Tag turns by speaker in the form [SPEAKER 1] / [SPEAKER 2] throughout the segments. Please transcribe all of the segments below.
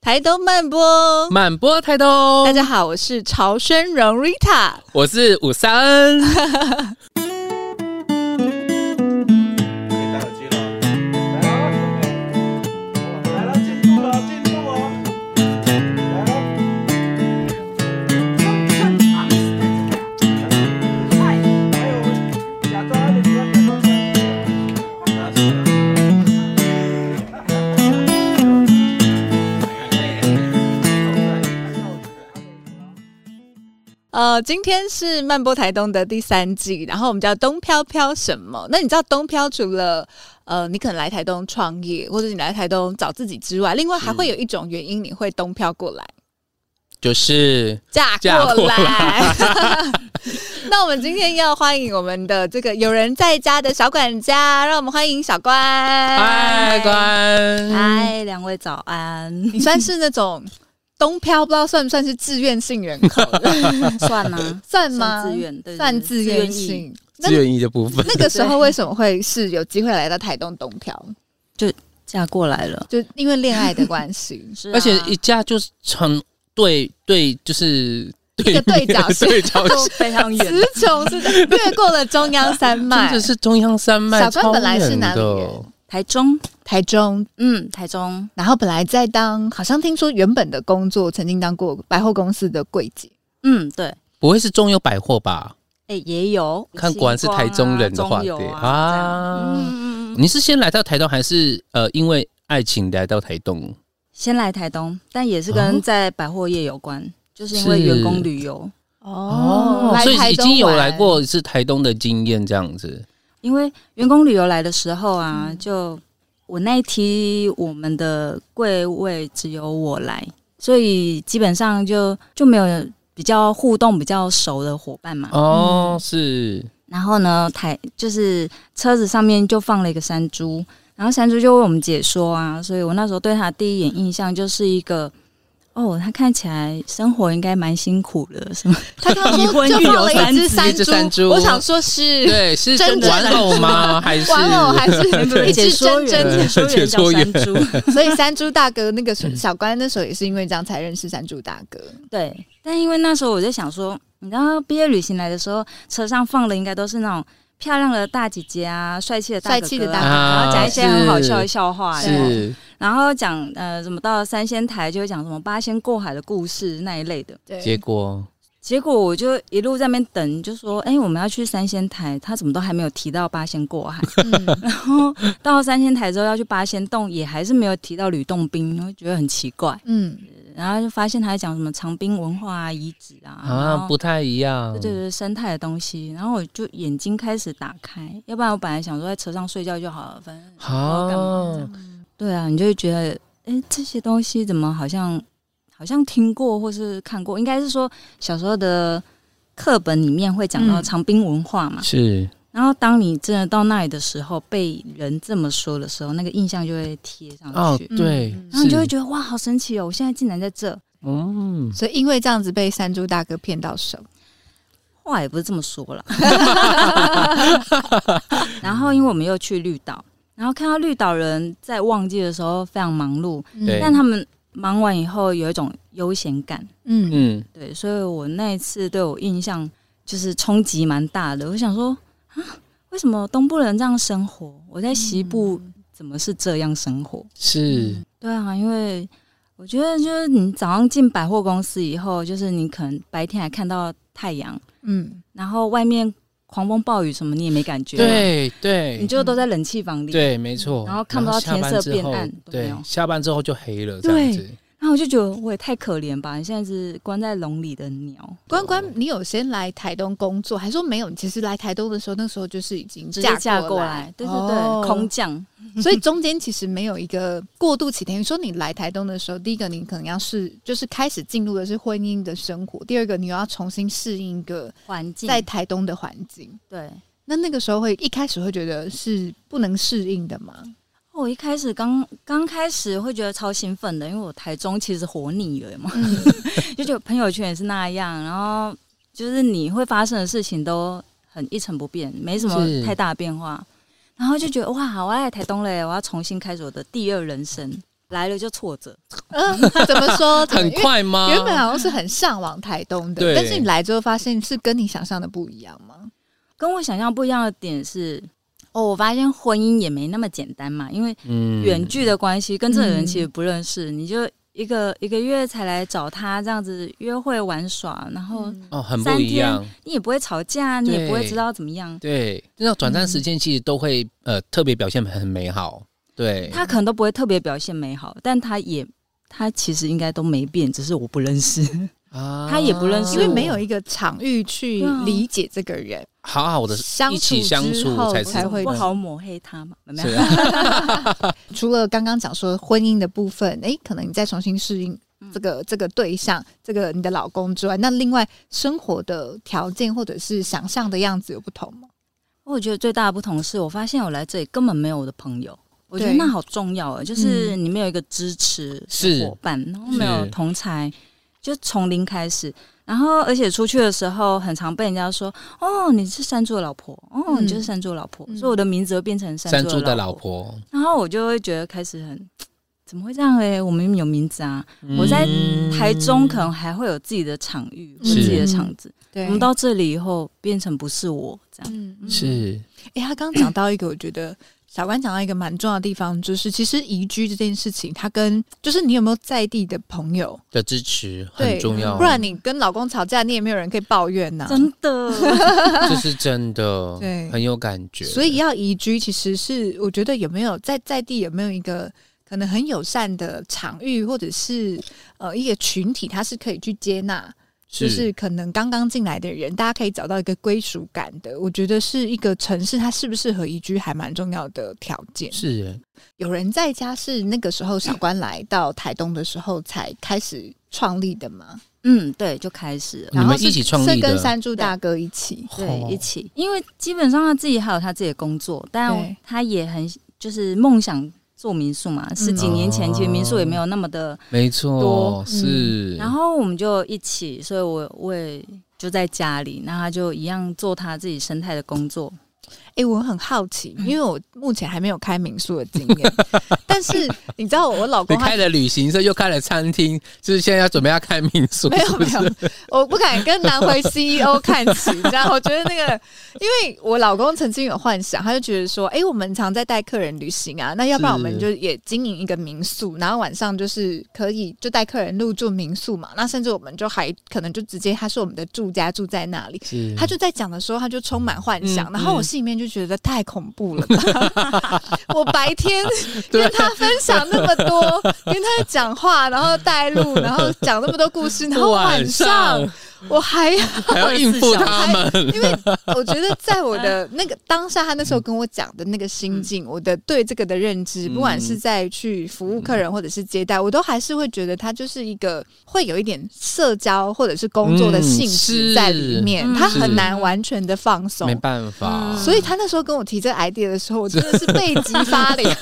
[SPEAKER 1] 台东慢播，
[SPEAKER 2] 满播台东，
[SPEAKER 1] 大家好，我是曹宣荣 Rita。
[SPEAKER 2] 我是五三恩。
[SPEAKER 3] 可以戴耳机了。来了，来了，进入了，进入了。来了。还有，假装安静，假装安静。
[SPEAKER 1] 呃，今天是慢播台东的第三季，然后我们叫东飘飘什么？那你知道东飘除了呃，你可能来台东创业，或者你来台东找自己之外，另外还
[SPEAKER 2] 嗯
[SPEAKER 1] 会有一种原因，你会东飘过来。
[SPEAKER 2] 就是
[SPEAKER 1] 嫁
[SPEAKER 2] 嫁
[SPEAKER 1] 过
[SPEAKER 2] 过
[SPEAKER 1] 来。 那我们今天要欢迎我们的这个有人在家的小管家，让我们欢迎小关。
[SPEAKER 2] 嗨关，
[SPEAKER 4] 嗨，两位早安，
[SPEAKER 1] 你算是那种东漂，不知道算不算是志愿性人口的，
[SPEAKER 4] 算 吗？
[SPEAKER 1] 算吗？
[SPEAKER 4] 算自愿，对，对
[SPEAKER 1] 算
[SPEAKER 4] 对
[SPEAKER 1] 自愿
[SPEAKER 4] 意
[SPEAKER 1] 性。那
[SPEAKER 2] 自愿意的部分，
[SPEAKER 1] 那个时候为什么会是有机会来到台东东漂？
[SPEAKER 4] 嫁过来了，，
[SPEAKER 1] 就因为恋爱的关系
[SPEAKER 4] 是啊
[SPEAKER 2] 而且一嫁就是成对对，就是
[SPEAKER 1] 一个对角线
[SPEAKER 2] 对 角
[SPEAKER 4] 都
[SPEAKER 2] 线，
[SPEAKER 4] 非常远，
[SPEAKER 1] 词穷是越过了中央山脉
[SPEAKER 2] 真的，是中央山脉。
[SPEAKER 1] 小关本来
[SPEAKER 2] 超
[SPEAKER 1] 是
[SPEAKER 2] 远
[SPEAKER 1] 哪里
[SPEAKER 2] 的
[SPEAKER 1] 人
[SPEAKER 4] 台中，
[SPEAKER 1] 台中。
[SPEAKER 4] 嗯，台中，
[SPEAKER 1] 然后本来在当，好像听说原本的工作曾经当过百货公司的柜姐。
[SPEAKER 4] 嗯，对，
[SPEAKER 2] 不会是中友百货吧？
[SPEAKER 4] 哎，也有，
[SPEAKER 2] 看果然是台中人的话，
[SPEAKER 4] 星
[SPEAKER 2] 对
[SPEAKER 4] 光啊，中油啊这样
[SPEAKER 2] 啊。
[SPEAKER 4] 嗯嗯嗯，
[SPEAKER 2] 你是先来到台东，还是呃，因为爱情来到台东？
[SPEAKER 4] 先来台东，但也是
[SPEAKER 2] 哦
[SPEAKER 4] 跟在百货业有关，就是因为员工旅游，
[SPEAKER 2] 哦
[SPEAKER 1] 来
[SPEAKER 2] 所以
[SPEAKER 1] 台
[SPEAKER 2] 已
[SPEAKER 1] 中
[SPEAKER 2] 经有
[SPEAKER 1] 玩
[SPEAKER 2] 来过一次台东的经验，这样子。
[SPEAKER 4] 因为员工旅游来的时候啊，就我那一梯我们的柜位只有我来，所以基本上就就没有比较互动、比较熟的伙伴嘛。
[SPEAKER 1] 嗯
[SPEAKER 2] 哦，是
[SPEAKER 4] 然后呢，台就是车子上面就放了一个山猪，然后山猪就为我们解说啊，所以我那时候对他第一眼印象就是一个。哦，他看起来生活应该蛮辛苦的，什 么？
[SPEAKER 1] 他刚
[SPEAKER 4] 已
[SPEAKER 1] 说
[SPEAKER 4] 婚
[SPEAKER 1] 就
[SPEAKER 4] 育
[SPEAKER 1] 放
[SPEAKER 4] 有
[SPEAKER 1] 了
[SPEAKER 4] 三
[SPEAKER 1] 一只
[SPEAKER 2] 只一只山猪
[SPEAKER 1] 我想说是
[SPEAKER 2] 对，是
[SPEAKER 1] 真
[SPEAKER 2] 真
[SPEAKER 1] 的
[SPEAKER 2] 玩偶吗？ 还是
[SPEAKER 1] 玩偶还是一只
[SPEAKER 4] 解说
[SPEAKER 1] 真
[SPEAKER 4] 员，
[SPEAKER 1] 真？
[SPEAKER 4] 解说员叫山 猪，
[SPEAKER 1] 所以山猪大哥那个时候小关那时候也是因为这样才认识山猪大哥。
[SPEAKER 2] 嗯
[SPEAKER 4] 对，但因为那时候我就想说，你知道毕业旅行来的时候，车上放的应该都是那种漂亮的大姐姐啊，帅气的大哥哥啊、
[SPEAKER 1] 帅气的大哥哥
[SPEAKER 4] 然后讲一些很好笑的
[SPEAKER 2] 是
[SPEAKER 4] 笑话，对
[SPEAKER 2] 是
[SPEAKER 4] 然后讲呃什么到了三仙台就会讲什么八仙过海的故事那一类的。
[SPEAKER 2] 结
[SPEAKER 1] 对，
[SPEAKER 4] 哦
[SPEAKER 2] 果
[SPEAKER 4] 结果我就一路在那边等，就说：“哎、我们要去三仙台，他怎么都还没有提到八仙过海？
[SPEAKER 1] 嗯，
[SPEAKER 4] 然后到了三仙台之后要去八仙洞，也还是没有提到吕洞宾，我就觉得很奇怪。
[SPEAKER 1] 嗯，
[SPEAKER 4] 然后就发现他在讲什么长滨文化啊、遗址啊，然
[SPEAKER 2] 啊
[SPEAKER 4] 后
[SPEAKER 2] 不太一样，
[SPEAKER 4] 对对对，生态的东西。然后我就眼睛开始打开，要不然我本来想说在车上睡觉就好了，反正不知道干嘛这
[SPEAKER 2] 啊
[SPEAKER 4] 样对啊，你就会觉得，哎、这些东西怎么好像好像听过或是看过？应该是说小时候的课本里面会讲到
[SPEAKER 1] 嗯
[SPEAKER 4] 长滨文化嘛。
[SPEAKER 2] 是
[SPEAKER 4] 然后当你真的到那里的时候，被人这么说的时候，那个印象就会贴上
[SPEAKER 2] 哦
[SPEAKER 4] 去。
[SPEAKER 2] 对
[SPEAKER 1] 嗯，
[SPEAKER 4] 然后你就会
[SPEAKER 2] 是
[SPEAKER 4] 觉得哇，好神奇哦！我现在竟然在这，
[SPEAKER 2] 嗯，
[SPEAKER 1] 所以因为这样子被山猪大哥骗到手，
[SPEAKER 4] 话也不是这么说了。然后，因为我们又去绿岛，然后看到绿岛人在旺季的时候非常忙碌，
[SPEAKER 2] 对
[SPEAKER 4] 但他们忙完以后有一种悠闲感，
[SPEAKER 1] 嗯，
[SPEAKER 2] 嗯，
[SPEAKER 4] 对，所以我那一次对我印象就是冲击蛮大的。我想说啊，为什么东部人这样生活？我在西
[SPEAKER 1] 嗯
[SPEAKER 4] 部怎么是这样生活？
[SPEAKER 2] 是
[SPEAKER 4] 对啊，因为我觉得就是你早上进百货公司以后，就是你可能白天还看到太阳，
[SPEAKER 1] 嗯，
[SPEAKER 4] 然后外面狂风暴雨什么你也没感觉，，
[SPEAKER 2] 对对
[SPEAKER 4] 你就都在冷气房里。
[SPEAKER 2] 对，没错。
[SPEAKER 4] 然后看不到
[SPEAKER 2] 然下班
[SPEAKER 4] 天色
[SPEAKER 2] 之
[SPEAKER 4] 变
[SPEAKER 2] 后
[SPEAKER 4] 暗都没
[SPEAKER 2] 对
[SPEAKER 4] 有，
[SPEAKER 2] 下班之后就黑了，这样子。
[SPEAKER 4] 然后我就觉得我也太可怜吧，你现在是关在笼里的鸟，
[SPEAKER 1] 关关，你有先来台东工作，还说没有？你其实来台东的时候，那时候就是已经
[SPEAKER 4] 直接
[SPEAKER 1] 嫁
[SPEAKER 4] 嫁
[SPEAKER 1] 过
[SPEAKER 4] 过
[SPEAKER 1] 来
[SPEAKER 4] 来，，对对对，
[SPEAKER 1] 哦
[SPEAKER 4] 空降。
[SPEAKER 1] 所以中间其实没有一个过渡期。等于说，你来台东的时候，第一个你可能要是就是开始进入的是婚姻的生活，第二个你又要重新适应一个
[SPEAKER 4] 环境
[SPEAKER 1] 在台东的环境。
[SPEAKER 4] 对。
[SPEAKER 1] 那那个时候会一开始会觉得是不能适应的嘛？
[SPEAKER 4] 我哦一开始刚刚开始会觉得超兴奋的，因为我台中其实活腻了嘛，
[SPEAKER 2] 嗯
[SPEAKER 4] 就觉得朋友圈也是那样，然后就是你会发生的事情都很一成不变，没什
[SPEAKER 2] 是
[SPEAKER 4] 么太大变化，然后就觉得哇，我要来台东嘞，我要重新开始我的第二人生。来了就挫折，
[SPEAKER 1] 嗯，怎么说？怎么
[SPEAKER 2] 很。快吗
[SPEAKER 1] 因？为原本好像是很向往台东的，
[SPEAKER 2] 对
[SPEAKER 1] 但是你来之后发现是跟你想象的不一样吗？
[SPEAKER 4] 跟我想象不一样的点是，哦，我发现婚姻也没那么简单嘛，因为
[SPEAKER 2] 嗯
[SPEAKER 4] 远距的关系，跟这个人其实
[SPEAKER 1] 嗯
[SPEAKER 4] 不认识，你就一个一个月才来找他这样子约会玩耍，然后
[SPEAKER 1] 嗯
[SPEAKER 2] 哦，很
[SPEAKER 4] 三
[SPEAKER 2] 不一
[SPEAKER 4] 天
[SPEAKER 2] 样。
[SPEAKER 4] 你也不会吵架，啊你也不会知道怎么样，
[SPEAKER 2] 对，那种短暂时间其实都会、呃特别表现很美好。对，
[SPEAKER 4] 他可能都不会特别表现美好，但他也他其实应该都没变，只是我不认识。
[SPEAKER 2] 啊
[SPEAKER 4] 他也不认识
[SPEAKER 1] 因为没有一个场域去
[SPEAKER 4] 对啊
[SPEAKER 1] 理解这个人，
[SPEAKER 2] 好好的
[SPEAKER 1] 相
[SPEAKER 2] 一起
[SPEAKER 1] 处
[SPEAKER 2] 相
[SPEAKER 1] 之
[SPEAKER 2] 处
[SPEAKER 1] 后
[SPEAKER 2] 才
[SPEAKER 1] 才
[SPEAKER 2] 是
[SPEAKER 1] 会
[SPEAKER 4] 不好抹黑他嘛，有没有
[SPEAKER 2] 是？啊，
[SPEAKER 1] 除了刚刚讲说婚姻的部分，诶，可能你再重新适应这个、这个对象，这个你的老公之外，那另外生活的条件或者是想象的样子有不同吗？
[SPEAKER 4] 我觉得最大的不同是我发现我来这里根本没有我的朋友，我觉得
[SPEAKER 1] 对
[SPEAKER 4] 那好重要啊，就是你没有一个支持
[SPEAKER 2] 嗯是
[SPEAKER 4] 的伙伴，然后没
[SPEAKER 2] 是
[SPEAKER 4] 有同才，就从零开始。然后，而且出去的时候，很常被人家说：“哦，你是山猪的老婆，哦，
[SPEAKER 1] 嗯
[SPEAKER 4] 你就是山猪的老婆。
[SPEAKER 1] 嗯
[SPEAKER 4] 所以我的名字会变成
[SPEAKER 2] 山猪
[SPEAKER 4] 猪
[SPEAKER 2] 的
[SPEAKER 4] 老
[SPEAKER 2] 老。婆，
[SPEAKER 4] 然后我就会觉得开始很，怎么会这样嘞？我明明有名字啊！我在
[SPEAKER 2] 嗯
[SPEAKER 4] 台中可能还会有自己的场域，或
[SPEAKER 1] 是
[SPEAKER 4] 自己的场子。
[SPEAKER 1] 对
[SPEAKER 4] 我们到这里以后，变成不是我这样。
[SPEAKER 1] 嗯嗯
[SPEAKER 2] 是
[SPEAKER 1] 诶，他刚刚讲到一个，我觉得小关讲到一个蛮重要的地方，就是其实移居这件事情，它跟就是你有没有在地的朋友，
[SPEAKER 2] 的支持
[SPEAKER 1] 对
[SPEAKER 2] 很重要，
[SPEAKER 1] 不然你跟老公吵架，你也没有人可以抱怨
[SPEAKER 2] 啊
[SPEAKER 1] 呐、
[SPEAKER 4] 真的，
[SPEAKER 2] 这是真的，
[SPEAKER 1] 对
[SPEAKER 2] 很有感觉。
[SPEAKER 1] 所以要移居，其实是我觉得有没有在在地有没有一个可能很友善的场域，或者是呃一个群体，它是可以去接纳，就是可能刚刚进来的人，大家可以找到一个归属感的。我觉得是一个城市它适不适合宜居还蛮重要的条件。
[SPEAKER 2] 是耶
[SPEAKER 1] 有人在家是那个时候小关来到台东的时候才开始创立的吗？
[SPEAKER 4] 嗯，对，就开始了。
[SPEAKER 2] 你
[SPEAKER 1] 然后
[SPEAKER 2] 们
[SPEAKER 1] 是
[SPEAKER 2] 一起创立
[SPEAKER 1] 是跟
[SPEAKER 2] 的，
[SPEAKER 1] 山猪大哥一起。
[SPEAKER 4] 对
[SPEAKER 2] 哦，
[SPEAKER 4] 一起，因为基本上他自己还有他自己的工作，但
[SPEAKER 1] 对
[SPEAKER 4] 他也很就是梦想做民宿嘛。
[SPEAKER 2] 嗯
[SPEAKER 4] 十几年前，其实民宿也没有那么的，
[SPEAKER 2] 没
[SPEAKER 4] 多
[SPEAKER 2] 错，哦
[SPEAKER 1] 嗯
[SPEAKER 2] 是。
[SPEAKER 4] 然后我们就一起，所以我我也就在家里，那他就一样做他自己生态的工作。
[SPEAKER 1] 哎、我很好奇，因为我目前还没有开民宿的经 验，但是你知道我老
[SPEAKER 2] 你
[SPEAKER 1] 公他
[SPEAKER 2] 开了旅行社，又开了餐厅，就是现在要准备要开民宿，
[SPEAKER 1] 没 有
[SPEAKER 2] 是不
[SPEAKER 1] 没
[SPEAKER 2] 是
[SPEAKER 1] 有，我不敢跟南回 CEO 看齐，你知道，我觉得那个，因为我老公曾经有幻想，他就觉得说，哎、我们常在带客人旅行啊，那要不然我们
[SPEAKER 2] 是
[SPEAKER 1] 就也经营一个民宿，然后晚上就是可以就带客人入住民宿嘛，那甚至我们就还可能就直接他是我们的住家，住在那里。
[SPEAKER 2] 是
[SPEAKER 1] 他就在讲的时候，他就充满幻想，
[SPEAKER 2] 嗯
[SPEAKER 1] 然后我
[SPEAKER 2] 嗯
[SPEAKER 1] 心里面就觉得太恐怖了 吧。我白天
[SPEAKER 2] 对
[SPEAKER 1] 跟他分享那么 多，跟他讲话，然后带路，然后讲那么多故事，然后晚
[SPEAKER 2] 晚
[SPEAKER 1] 上我还
[SPEAKER 2] 还要应付他们，
[SPEAKER 1] 因为我觉得在我的那个当下，他那时候跟我讲的那个心境，我的对这个的认知，
[SPEAKER 2] 嗯
[SPEAKER 1] 不管是在去服务客人或者是接待，我都还是会觉得他就是一个会有一点社交或者是工作的性质
[SPEAKER 2] 嗯
[SPEAKER 1] 在里面，
[SPEAKER 4] 是
[SPEAKER 1] 他很
[SPEAKER 2] 是嗯
[SPEAKER 1] 难完全的放松
[SPEAKER 2] 没。办法。
[SPEAKER 1] 嗯所以他那时候跟我提这个 idea 的时候，我真的是背脊发 凉。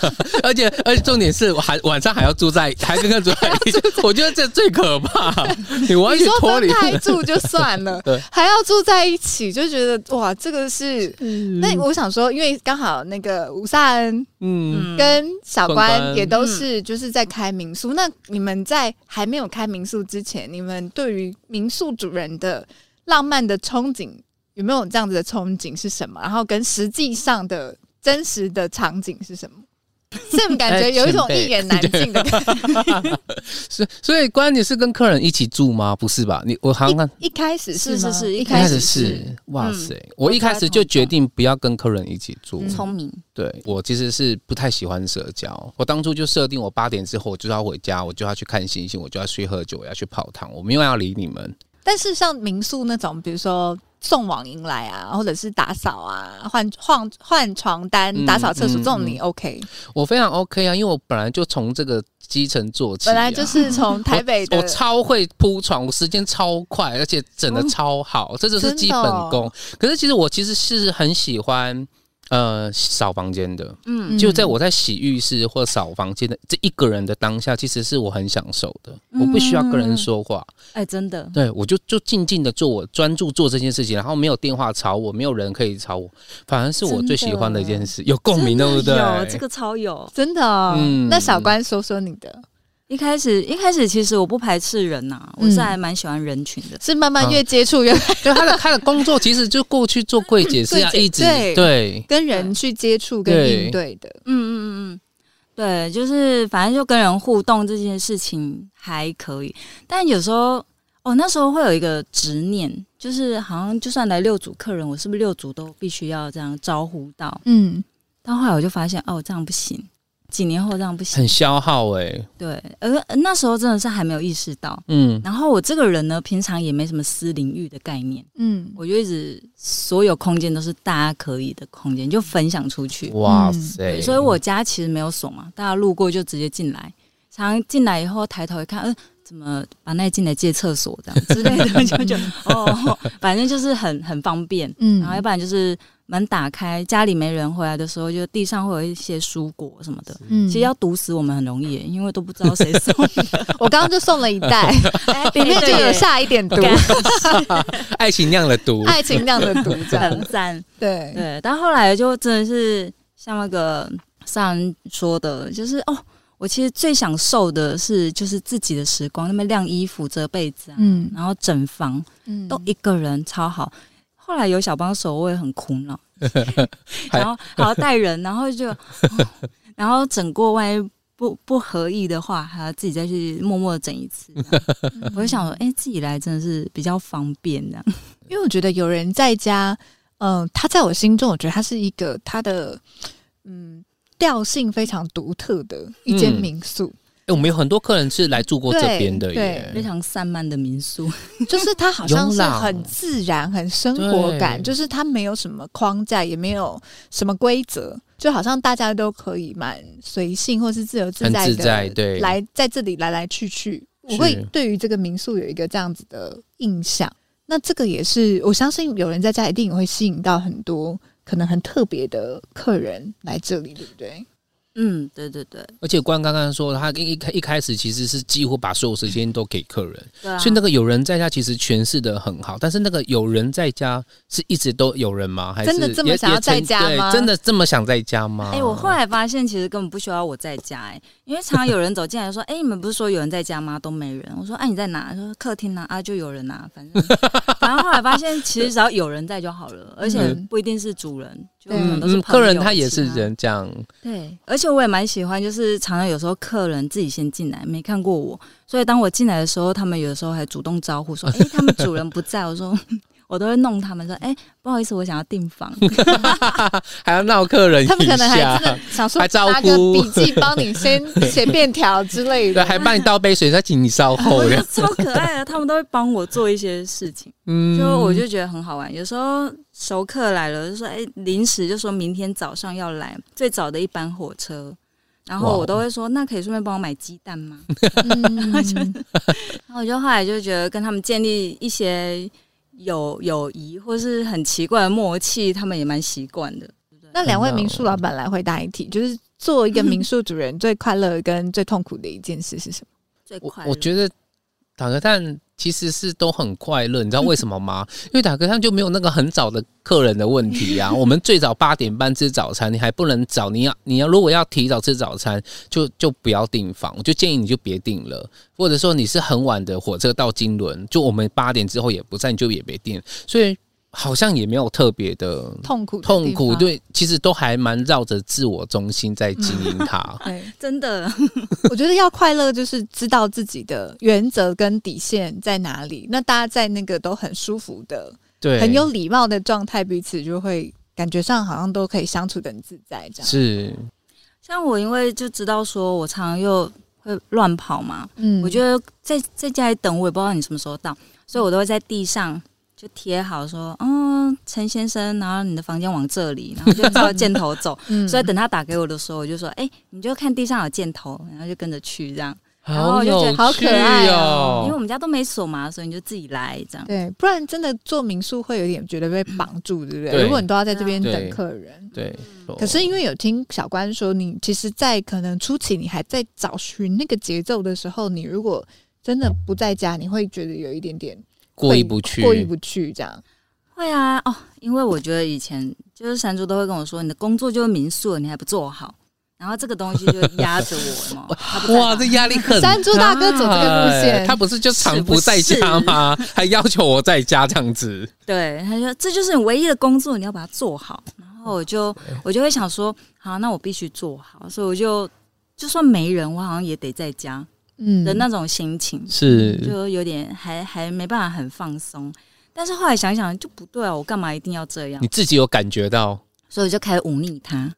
[SPEAKER 2] 而且而且重点是，我还晚上还要住在，还跟个住在一起，我觉得这最可怕。你完
[SPEAKER 1] 你
[SPEAKER 2] 全
[SPEAKER 1] 说
[SPEAKER 2] 脱
[SPEAKER 1] 分
[SPEAKER 2] 离，
[SPEAKER 1] 开住就算了
[SPEAKER 2] 对，
[SPEAKER 1] 还要住在一起，就觉得哇，这个是。那我想说，因为刚好那个吴萨恩
[SPEAKER 2] 嗯，
[SPEAKER 4] 嗯，
[SPEAKER 1] 跟小
[SPEAKER 2] 关
[SPEAKER 1] 关
[SPEAKER 2] 关
[SPEAKER 1] 也都是就是在开民宿。那你们在还没有开民宿之前，你们对于民宿主人的浪漫的憧憬有没有这样子的憧憬是什么？然后跟实际上的真实的场景是 什么？这种感觉有一种一言难尽的感觉。
[SPEAKER 2] 所以所以关键是跟客人一起住吗？不是吧？你我好像看
[SPEAKER 1] 一一开始是
[SPEAKER 4] 是
[SPEAKER 1] 吗
[SPEAKER 4] 是是
[SPEAKER 1] 一
[SPEAKER 4] 一
[SPEAKER 1] 开
[SPEAKER 4] 开
[SPEAKER 1] 始
[SPEAKER 4] 始
[SPEAKER 2] 是
[SPEAKER 4] 是，
[SPEAKER 2] 哇
[SPEAKER 4] 嗯
[SPEAKER 2] 塞！我一开始就决定不要跟客人一起住
[SPEAKER 1] 嗯，
[SPEAKER 4] 聪明，
[SPEAKER 2] 对我其实是不太喜欢社交。我当初就设定，我八点之后我就要回家，我就要去看星星，我就要去喝酒，我要去泡汤，我没有要理你们。
[SPEAKER 1] 但是像民宿那种，比如说送网迎来啊，或者是打扫啊、换换换床单、
[SPEAKER 2] 嗯
[SPEAKER 1] 打扫厕所、
[SPEAKER 2] 嗯
[SPEAKER 1] 这种，
[SPEAKER 2] 嗯
[SPEAKER 1] 你 OK？、
[SPEAKER 2] 我非常 OK 啊，因为我本来就从这个基层做起啊、
[SPEAKER 1] 本来就是从台北的
[SPEAKER 2] 我超会铺床，我时间超快，而且整的超好，这就是基本
[SPEAKER 1] 真的
[SPEAKER 2] 功。可是其实我其实是很喜欢。呃，扫房间的，
[SPEAKER 4] 嗯
[SPEAKER 2] 就在我在洗浴室或扫房间的这一个人的当下，其实是我很享受的，我不需要跟人说话，
[SPEAKER 4] 哎，真的，
[SPEAKER 2] 对我就就静静的做我专注做这件事情，然后没有电话吵我，没有人可以吵我，反而是我最喜欢的一件事，有共鸣，对不对
[SPEAKER 4] 真的有？这个超有。
[SPEAKER 1] 真的哦。
[SPEAKER 2] 嗯
[SPEAKER 1] 那小关说说你的，
[SPEAKER 4] 一开始一开始其实我不排斥人呐、我是还蛮喜欢人群的。
[SPEAKER 1] 是慢慢
[SPEAKER 2] 啊
[SPEAKER 1] 越接触越
[SPEAKER 2] 就他的他的工作其实就过去做柜姐是要
[SPEAKER 1] 柜姐
[SPEAKER 2] 一直
[SPEAKER 1] 对
[SPEAKER 2] 对
[SPEAKER 1] 跟人去接触跟
[SPEAKER 2] 对
[SPEAKER 1] 应对的。
[SPEAKER 4] 嗯嗯嗯嗯，对，就是反正就跟人互动这件事情还可以，但有时候哦，那时候会有一个执念，就是好像就算来六组客人，我是不是六组都必须要这样招呼到？
[SPEAKER 1] 嗯，
[SPEAKER 4] 但后来我就发现，哦，这样不行，几年后这样不行
[SPEAKER 2] 很。消耗哎、
[SPEAKER 4] 对，而那时候真的是还没有意识到。
[SPEAKER 2] 嗯，
[SPEAKER 4] 然后我这个人呢，平常也没什么私领域的概念，
[SPEAKER 1] 嗯，
[SPEAKER 4] 我就一直所有空间都是大家可以的空间，就分享出去。
[SPEAKER 2] 哇塞，
[SPEAKER 4] 对，
[SPEAKER 1] 嗯
[SPEAKER 4] 所以我家其实没有锁嘛，大家路过就直接进来。常常进来以后抬头一看，嗯、怎么把那进来借厕所这样之类的， 就就哦，反正就是很很方便。
[SPEAKER 1] 嗯
[SPEAKER 4] 然后要不然就是门打开，家里没人回来的时候，就地上会有一些蔬果什么的。
[SPEAKER 1] 嗯
[SPEAKER 4] 其实要毒死我们很容易耶，因为都不知道谁送的。
[SPEAKER 1] 我刚刚就送了一 袋，哎里面就有下一点毒，
[SPEAKER 2] 爱情酿了毒，
[SPEAKER 1] 爱情酿的毒，这样
[SPEAKER 4] 很赞。
[SPEAKER 1] 对，啊
[SPEAKER 4] 对，但后来就真的是像那个上说的，就是哦，我其实最享受的是就是自己的时光，那边晾衣服、折被子啊，
[SPEAKER 1] 嗯
[SPEAKER 4] 然后整房
[SPEAKER 1] 嗯
[SPEAKER 4] 都一个人，超好。后来有小帮手，我也很苦恼，然后还要带人，然后就，哦然后整过万一不不合意的话，还要自己再去默默地整一次。这样我就想说，哎、自己来真的是比较方便这样。
[SPEAKER 1] 因为我觉得有人在家，嗯、他在我心中，我觉得他是一个他的嗯调性非常独特的一间
[SPEAKER 2] 嗯
[SPEAKER 1] 民宿，
[SPEAKER 2] 哎、我们有很多客人是来住过这边的耶，
[SPEAKER 1] 对
[SPEAKER 4] 非常散漫的民宿，
[SPEAKER 1] 就是它好像
[SPEAKER 2] 慵
[SPEAKER 1] 是
[SPEAKER 2] 懒
[SPEAKER 1] 很自然、很生活感，
[SPEAKER 2] 对
[SPEAKER 1] 就是它没有什么框架，也没有什么规则，就好像大家都可以蛮随性或是自由自在
[SPEAKER 2] 很
[SPEAKER 1] 的
[SPEAKER 2] 自在对
[SPEAKER 1] 来在这里来来去去。我
[SPEAKER 2] 是
[SPEAKER 1] 会对于这个民宿有一个这样子的印象。那这个也是我相信有人在家一定也会吸引到很多可能很特别的客人来这里，对不对？
[SPEAKER 4] 嗯，对对对，
[SPEAKER 2] 而且关刚刚说他一开一开始其实是几乎把所有时间都给客人，
[SPEAKER 4] 对啊
[SPEAKER 2] 所以那个有人在家其实诠释的很好。但是那个有人在家是一直都有人吗？还是
[SPEAKER 1] 真的这么
[SPEAKER 2] 也
[SPEAKER 1] 想要在家
[SPEAKER 2] 也曾
[SPEAKER 1] 吗
[SPEAKER 2] 对真的这么想在家吗？
[SPEAKER 4] 哎、我后来发现其实根本不需要我在家、哎，因为常常有人走进来就说，哎、你们不是说有人在家吗？都没人。我说，哎、你在哪？他说客厅啊，啊，就有人啊，反 正反正后来发现其实只要有人在就好了，而且
[SPEAKER 1] 嗯
[SPEAKER 4] 不一定是主人，就可
[SPEAKER 1] 对
[SPEAKER 4] 能都是、
[SPEAKER 2] 嗯客
[SPEAKER 1] 啊
[SPEAKER 2] 人他也是。人，这样
[SPEAKER 4] 啊 对，而且我也蛮喜欢，就是常常有时候客人自己先进来，没看过我，所以当我进来的时候，他们有的时候还主动招呼说，哎、他们主人不在，我说。 我都会弄他们说，哎、不好意思，我想要订房。
[SPEAKER 2] 还要闹客人一 下，
[SPEAKER 1] 他们可能还真的想说
[SPEAKER 2] 还招
[SPEAKER 1] 拿个
[SPEAKER 2] 呼
[SPEAKER 1] 笔记帮你先写便条之类
[SPEAKER 2] 对，
[SPEAKER 1] 的，
[SPEAKER 2] 还帮你倒杯水，再请你稍后
[SPEAKER 4] 我觉
[SPEAKER 2] 这 样。
[SPEAKER 4] 得超可爱啊的，他们都会帮我做一些事情，
[SPEAKER 2] 嗯
[SPEAKER 4] 就我就觉得很好玩。有时候熟客来了，就说哎，临时就说明天早上要来最早的一班火车，然
[SPEAKER 2] 哇
[SPEAKER 4] 后
[SPEAKER 2] 哦
[SPEAKER 4] 我都会说，那可以顺便帮我买鸡蛋吗？
[SPEAKER 1] 嗯，
[SPEAKER 4] 然后我就后来就觉得跟他们建立一些友友谊，或是很奇怪的默契，他们也蛮习惯的。
[SPEAKER 1] 那两位民宿
[SPEAKER 2] 哦
[SPEAKER 1] 老板来回答一题，就是做一个民宿主人最快乐跟最痛苦的一件事是什 么？
[SPEAKER 4] 最
[SPEAKER 2] 我
[SPEAKER 4] 快乐
[SPEAKER 2] 我觉得打个蛋其实是都很快乐，你知道为什么 吗？因为打个蛋就没有那个很早的客人的问题啊。我们最早八点半吃早餐，你还不能早，你要你要如果要提早吃早餐，就就不要订房，我就建议你就别订了。或者说你是很晚的火车到金轮，就我们八点之后也不在，你就也别订。所以好像也没有特别的。
[SPEAKER 1] 痛苦的地方，
[SPEAKER 2] 痛苦对，其实都还蛮绕着自我中心在经营 它。
[SPEAKER 1] 对。
[SPEAKER 4] 真的，
[SPEAKER 1] 我觉得要快乐就是知道自己的原则跟底线在哪里。那大家在那个都很舒服的、
[SPEAKER 2] 对，
[SPEAKER 1] 很有礼貌的状态，彼此就会感觉上好像都可以相处的很自在，这样。
[SPEAKER 2] 是
[SPEAKER 4] 像我因为就知道说我常常又会乱跑嘛，
[SPEAKER 1] 嗯
[SPEAKER 4] 我觉得在在家里等我也不知道你什么时候到，所以我都会在地上就贴好说，嗯，陈先生，然后你的房间往这里，然后就照箭头走。
[SPEAKER 1] 嗯
[SPEAKER 4] 所以等他打给我的时候，我就说，哎、你就看地上有箭头，然后就跟着去这样。然后
[SPEAKER 2] 好
[SPEAKER 4] 我就觉
[SPEAKER 2] 有
[SPEAKER 4] 得
[SPEAKER 1] 好
[SPEAKER 2] 趣
[SPEAKER 1] 可爱哦
[SPEAKER 4] 因为我们家都没锁嘛，所以你就自己来这样。
[SPEAKER 1] 对，不然真的做民宿会有点觉得被绑住，对不对？
[SPEAKER 2] 对
[SPEAKER 1] 如果你都要在这边
[SPEAKER 2] 对
[SPEAKER 1] 等客人，
[SPEAKER 2] 对，哦
[SPEAKER 1] 可是因为有听小关说，你其实，在可能初期你还在找寻那个节奏的时候，你如果真的不在家，你会觉得有一点点
[SPEAKER 2] 过意
[SPEAKER 1] 会
[SPEAKER 2] 不去，
[SPEAKER 1] 过意不去这样。
[SPEAKER 4] 会啊，哦，因为我觉得以前就是山猪都会跟我说，你的工作就是民宿了，你还不做好，然后这个东西就压着我有没有他不在
[SPEAKER 2] 哇，
[SPEAKER 4] 嘛
[SPEAKER 2] 这压力很大。
[SPEAKER 1] 山猪大哥走这个路线，
[SPEAKER 2] 他不是就常不在家吗？还要求我在家这样子，
[SPEAKER 4] 对，他说这就是你唯一的工作，你要把它做好。然后我就我就会想说，好，那我必须做好，所以我就就算没人，我好像也得在家
[SPEAKER 1] 嗯
[SPEAKER 4] 的那种心情，
[SPEAKER 2] 是
[SPEAKER 4] 就有点还还没办法很放松。但是后来想想就不对啊，我干嘛一定要这样
[SPEAKER 2] 你？自己有感觉到
[SPEAKER 4] 所以我就开始忤逆他。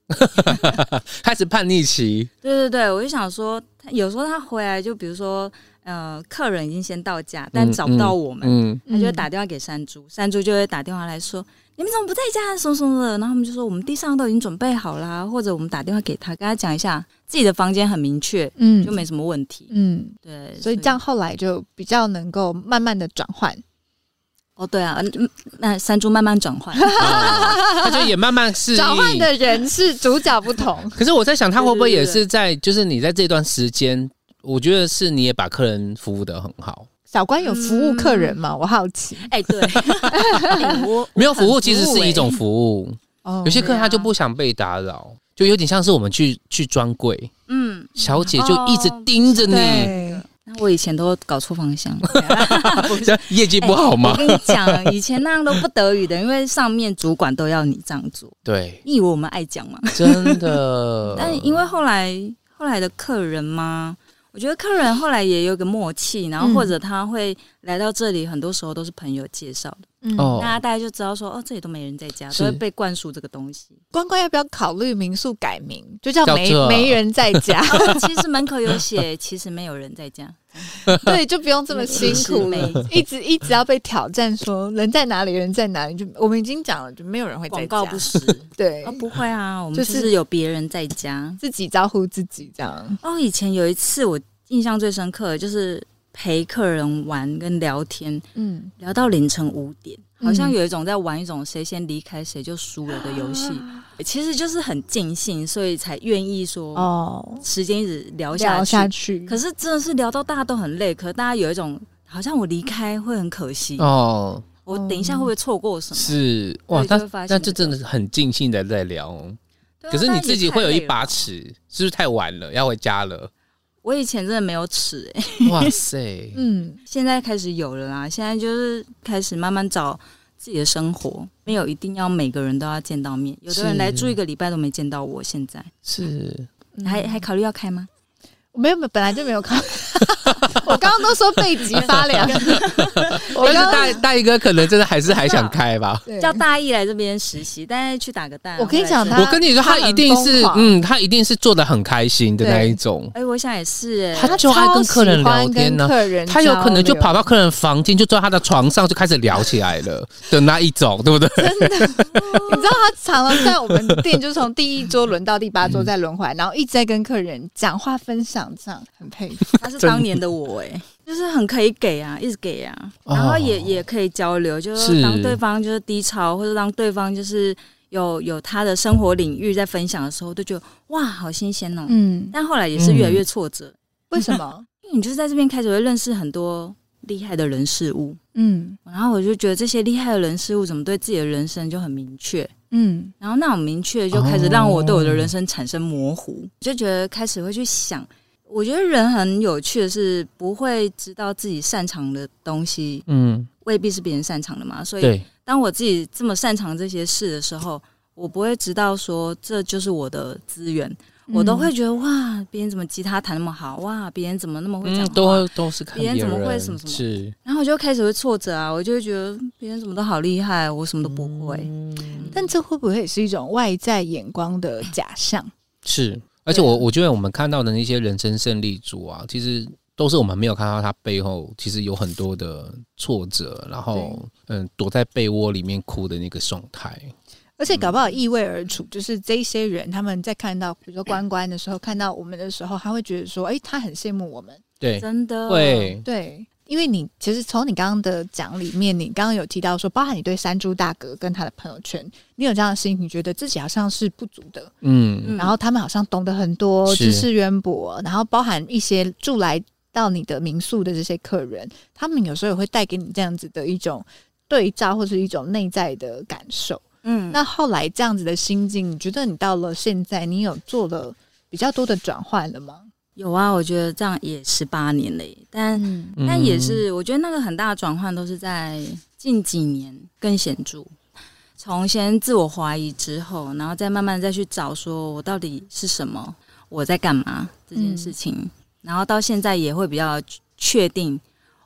[SPEAKER 2] 开始叛逆期，
[SPEAKER 4] 对对对，我就想说，他有时候他回来就比如说，呃，客人已经先到家，但找不到我们，
[SPEAKER 2] 嗯，
[SPEAKER 4] 他就会打电话给山猪，山猪就会打电话来说，你们怎么不在家，啊什么什么的，然后我们就说我们地上都已经准备好啦，或者我们打电话给他，跟他讲一下自己的房间很明确，
[SPEAKER 1] 嗯
[SPEAKER 4] 就没什么问题。
[SPEAKER 1] 嗯，
[SPEAKER 4] 对，
[SPEAKER 1] 所以这样后来就比较能够慢慢的转换。
[SPEAKER 4] 哦，对啊，嗯嗯那山猪慢慢 转换，
[SPEAKER 2] 啊他就也慢慢适
[SPEAKER 1] 转换
[SPEAKER 2] 应。
[SPEAKER 1] 的人是主角不
[SPEAKER 2] ，
[SPEAKER 1] 同
[SPEAKER 2] 可是我在想，他会不会也
[SPEAKER 4] 对
[SPEAKER 2] 是在，就是你在这段时间，我觉得是你也把客人服务的很好，
[SPEAKER 1] 小关有服务客人
[SPEAKER 2] 嗯
[SPEAKER 1] 吗？我好奇。
[SPEAKER 4] 哎，对，哎 我
[SPEAKER 2] 没有服务
[SPEAKER 4] 很
[SPEAKER 2] 其实是
[SPEAKER 4] 欸
[SPEAKER 2] 一种服务，
[SPEAKER 1] 哦
[SPEAKER 2] 有些客人他
[SPEAKER 4] 对
[SPEAKER 2] 就
[SPEAKER 4] 啊
[SPEAKER 2] 不想被打扰，就有点像是我们去去专柜，
[SPEAKER 4] 嗯，
[SPEAKER 2] 小姐就一直盯着你，
[SPEAKER 1] 对，
[SPEAKER 4] 那我以前都搞错方向。
[SPEAKER 1] 啊 哎
[SPEAKER 4] 哦
[SPEAKER 2] 这样业绩不好
[SPEAKER 4] 我
[SPEAKER 2] 吗？
[SPEAKER 4] 跟你讲，以前那样都不得已的，因为上面主管都要你这样做。
[SPEAKER 2] 对，
[SPEAKER 4] 你以为我们爱讲吗？
[SPEAKER 2] 真 的。
[SPEAKER 4] 但因为后来后来的客人嘛，我觉得客人后来也有个默契，然后
[SPEAKER 2] 嗯
[SPEAKER 4] 或者他会来到这里，很多时候都是朋友介绍的，
[SPEAKER 1] 嗯
[SPEAKER 2] 哦
[SPEAKER 4] 大家大家就知道说，哦，这里都没人在家，
[SPEAKER 2] 是
[SPEAKER 4] 都会被灌输这个东西。
[SPEAKER 1] 关关要不要考虑民宿改名，就叫
[SPEAKER 2] 叫
[SPEAKER 1] 没
[SPEAKER 2] 这
[SPEAKER 1] 没人在家？
[SPEAKER 4] 哦其实门口有 写，其实没有人在家，
[SPEAKER 1] 对，就不用这么辛苦
[SPEAKER 4] 没
[SPEAKER 1] 了，一直一直要被挑战说人在哪里，人在哪里，就我们已经讲了，就没有人会在
[SPEAKER 4] 广
[SPEAKER 1] 家，
[SPEAKER 4] 告不实。
[SPEAKER 1] 对
[SPEAKER 4] 哦，，不 会啊，我们
[SPEAKER 1] 就
[SPEAKER 4] 就是是有别人在家。
[SPEAKER 1] 自己招呼自己这样，
[SPEAKER 4] 哦，以前有一次我印象最深刻的就是陪客人玩跟聊天，
[SPEAKER 1] 嗯，
[SPEAKER 4] 聊到凌晨五点，好像
[SPEAKER 1] 嗯
[SPEAKER 4] 有一种在玩一种谁先离开谁就输了的游戏，
[SPEAKER 1] 啊
[SPEAKER 4] 其实就是很尽兴，所以才愿意说
[SPEAKER 1] 哦，
[SPEAKER 4] 时间一直聊下
[SPEAKER 1] 聊
[SPEAKER 4] 去。
[SPEAKER 1] 下去，
[SPEAKER 4] 可是真的是聊到大家都很累，可大家有一种好像我离开会很可惜，
[SPEAKER 2] 哦，
[SPEAKER 4] 我等一下会不会错过什么？
[SPEAKER 2] 是哇，
[SPEAKER 4] 对就会发
[SPEAKER 2] 那
[SPEAKER 4] 现
[SPEAKER 2] 那这
[SPEAKER 4] 这
[SPEAKER 2] 真的是很尽兴的在聊哦。
[SPEAKER 4] 对啊
[SPEAKER 2] 可是
[SPEAKER 4] 但
[SPEAKER 2] 你
[SPEAKER 4] 也
[SPEAKER 2] 自己会有一把
[SPEAKER 4] 太累了。
[SPEAKER 2] 尺，是不是太晚了？要回家 了？
[SPEAKER 4] 我以前真的没有尺、欸，
[SPEAKER 2] 哇塞！
[SPEAKER 1] 嗯，
[SPEAKER 4] 现在开始有了啦。现在就是开始慢慢找自己的生活，没有一定要每个人都要见到面。有的人
[SPEAKER 2] 是
[SPEAKER 4] 来住一个礼拜都没见到我，现在
[SPEAKER 2] 是
[SPEAKER 1] 嗯
[SPEAKER 4] 还还考虑要开吗？
[SPEAKER 1] 没有没有，本来就没有考， 我刚刚都说背脊发 凉，我刚
[SPEAKER 2] 但是
[SPEAKER 1] 刚
[SPEAKER 2] 大大一哥可能真的还是还想开吧。
[SPEAKER 1] 对
[SPEAKER 4] 叫大一来这边实习，但是去打个蛋。
[SPEAKER 1] 我跟你讲
[SPEAKER 4] 后
[SPEAKER 1] 他
[SPEAKER 4] 来 是啊
[SPEAKER 2] 我跟你说，他
[SPEAKER 1] 他很
[SPEAKER 2] 一定是
[SPEAKER 1] 疯狂
[SPEAKER 2] 嗯，他一定是做的很开心的那一种。
[SPEAKER 4] 哎、我想也是、哎，
[SPEAKER 2] 他就爱跟客人聊天
[SPEAKER 1] 他超喜欢跟
[SPEAKER 2] 呢
[SPEAKER 1] 客人
[SPEAKER 2] 他有可能就
[SPEAKER 4] 哦
[SPEAKER 1] 交流
[SPEAKER 2] 跑到客人房间，就坐在他的床上就开始聊起来了的那一种，对不对？
[SPEAKER 1] 你知道他常常在我们店，就是从第一桌轮到第八桌再轮回来，然后一直在跟客人讲话分享，这样很佩服。
[SPEAKER 4] 他是当年的我、哎，就是很可以给啊，一直给啊，
[SPEAKER 2] 哦
[SPEAKER 4] 然后也、也可以交流，就是
[SPEAKER 2] 是
[SPEAKER 4] 当对方就是低潮，或者让对方就是有有他的生活领域在分享的时候，就觉得哇，好新鲜哦、
[SPEAKER 1] 嗯，
[SPEAKER 4] 但后来也是越来越挫折，
[SPEAKER 1] 为什么？
[SPEAKER 4] 因为你就是在这边开始会认识很多厉害的人事物，
[SPEAKER 1] 嗯
[SPEAKER 4] 然后我就觉得这些厉害的人事物怎么对自己的人生就很明确，
[SPEAKER 1] 嗯
[SPEAKER 4] 然后那种明确就开始
[SPEAKER 2] 哦
[SPEAKER 4] 让我对我的人生产生模糊，就觉得开始会去想。我觉得人很有趣的是，不会知道自己擅长的东西
[SPEAKER 2] 嗯，
[SPEAKER 4] 未必是别人擅长的嘛。所以，
[SPEAKER 2] 对，
[SPEAKER 4] 当我自己这么擅长这些事的时候，我不会知道说这就是我的资源，
[SPEAKER 1] 嗯
[SPEAKER 4] 我都会觉得哇，别人怎么吉他弹那么好，哇，别人怎么那么会讲
[SPEAKER 2] 嗯，
[SPEAKER 4] 话，
[SPEAKER 2] 都都是看
[SPEAKER 4] 别人怎么会
[SPEAKER 2] 人
[SPEAKER 4] 什么什么
[SPEAKER 2] 是
[SPEAKER 4] 然后我就开始会挫折啊，我就会觉得别人怎么都好厉害，我什么都不会。
[SPEAKER 2] 嗯
[SPEAKER 1] 但这会不会也是一种外在眼光的假象？
[SPEAKER 4] 啊
[SPEAKER 2] 是，而且我我觉得我们看到的那些人生胜利组啊，其实都是我们没有看到他背后其实有很多的挫折，然后嗯躲在被窝里面哭的那个状态。
[SPEAKER 1] 而且搞不好意味而处，就是这些人他们在看到，比如说关关的时候，看到我们的时候，他会觉得说：“哎、他很羡慕我们。
[SPEAKER 2] 对，
[SPEAKER 4] 真的
[SPEAKER 2] 会
[SPEAKER 1] 对，因为你其实从你刚刚的讲里面，你刚刚有提到说，包含你对山猪大哥跟他的朋友圈，你有这样的心情，你觉得自己好像是不足的，
[SPEAKER 2] 嗯，
[SPEAKER 4] 嗯
[SPEAKER 1] 然后他们好像懂得很多，
[SPEAKER 2] 是
[SPEAKER 1] 知识渊博，然后包含一些住来到你的民宿的这些客人，他们有时候也会带给你这样子的一种对照，或是一种内在的感受。
[SPEAKER 4] 嗯，
[SPEAKER 1] 那后来这样子的心境，你觉得你到了现在，你有做了比较多的转换了吗？
[SPEAKER 4] 有啊，我觉得这样也十八年了耶，但、
[SPEAKER 1] 嗯，
[SPEAKER 2] 嗯
[SPEAKER 4] 但也是，我觉得那个很大的转换都是在近几年更显著。从先自我怀疑之后，然后再慢慢再去找，说我到底是什么，我在干嘛这件事情，然后到现在也会比较确定，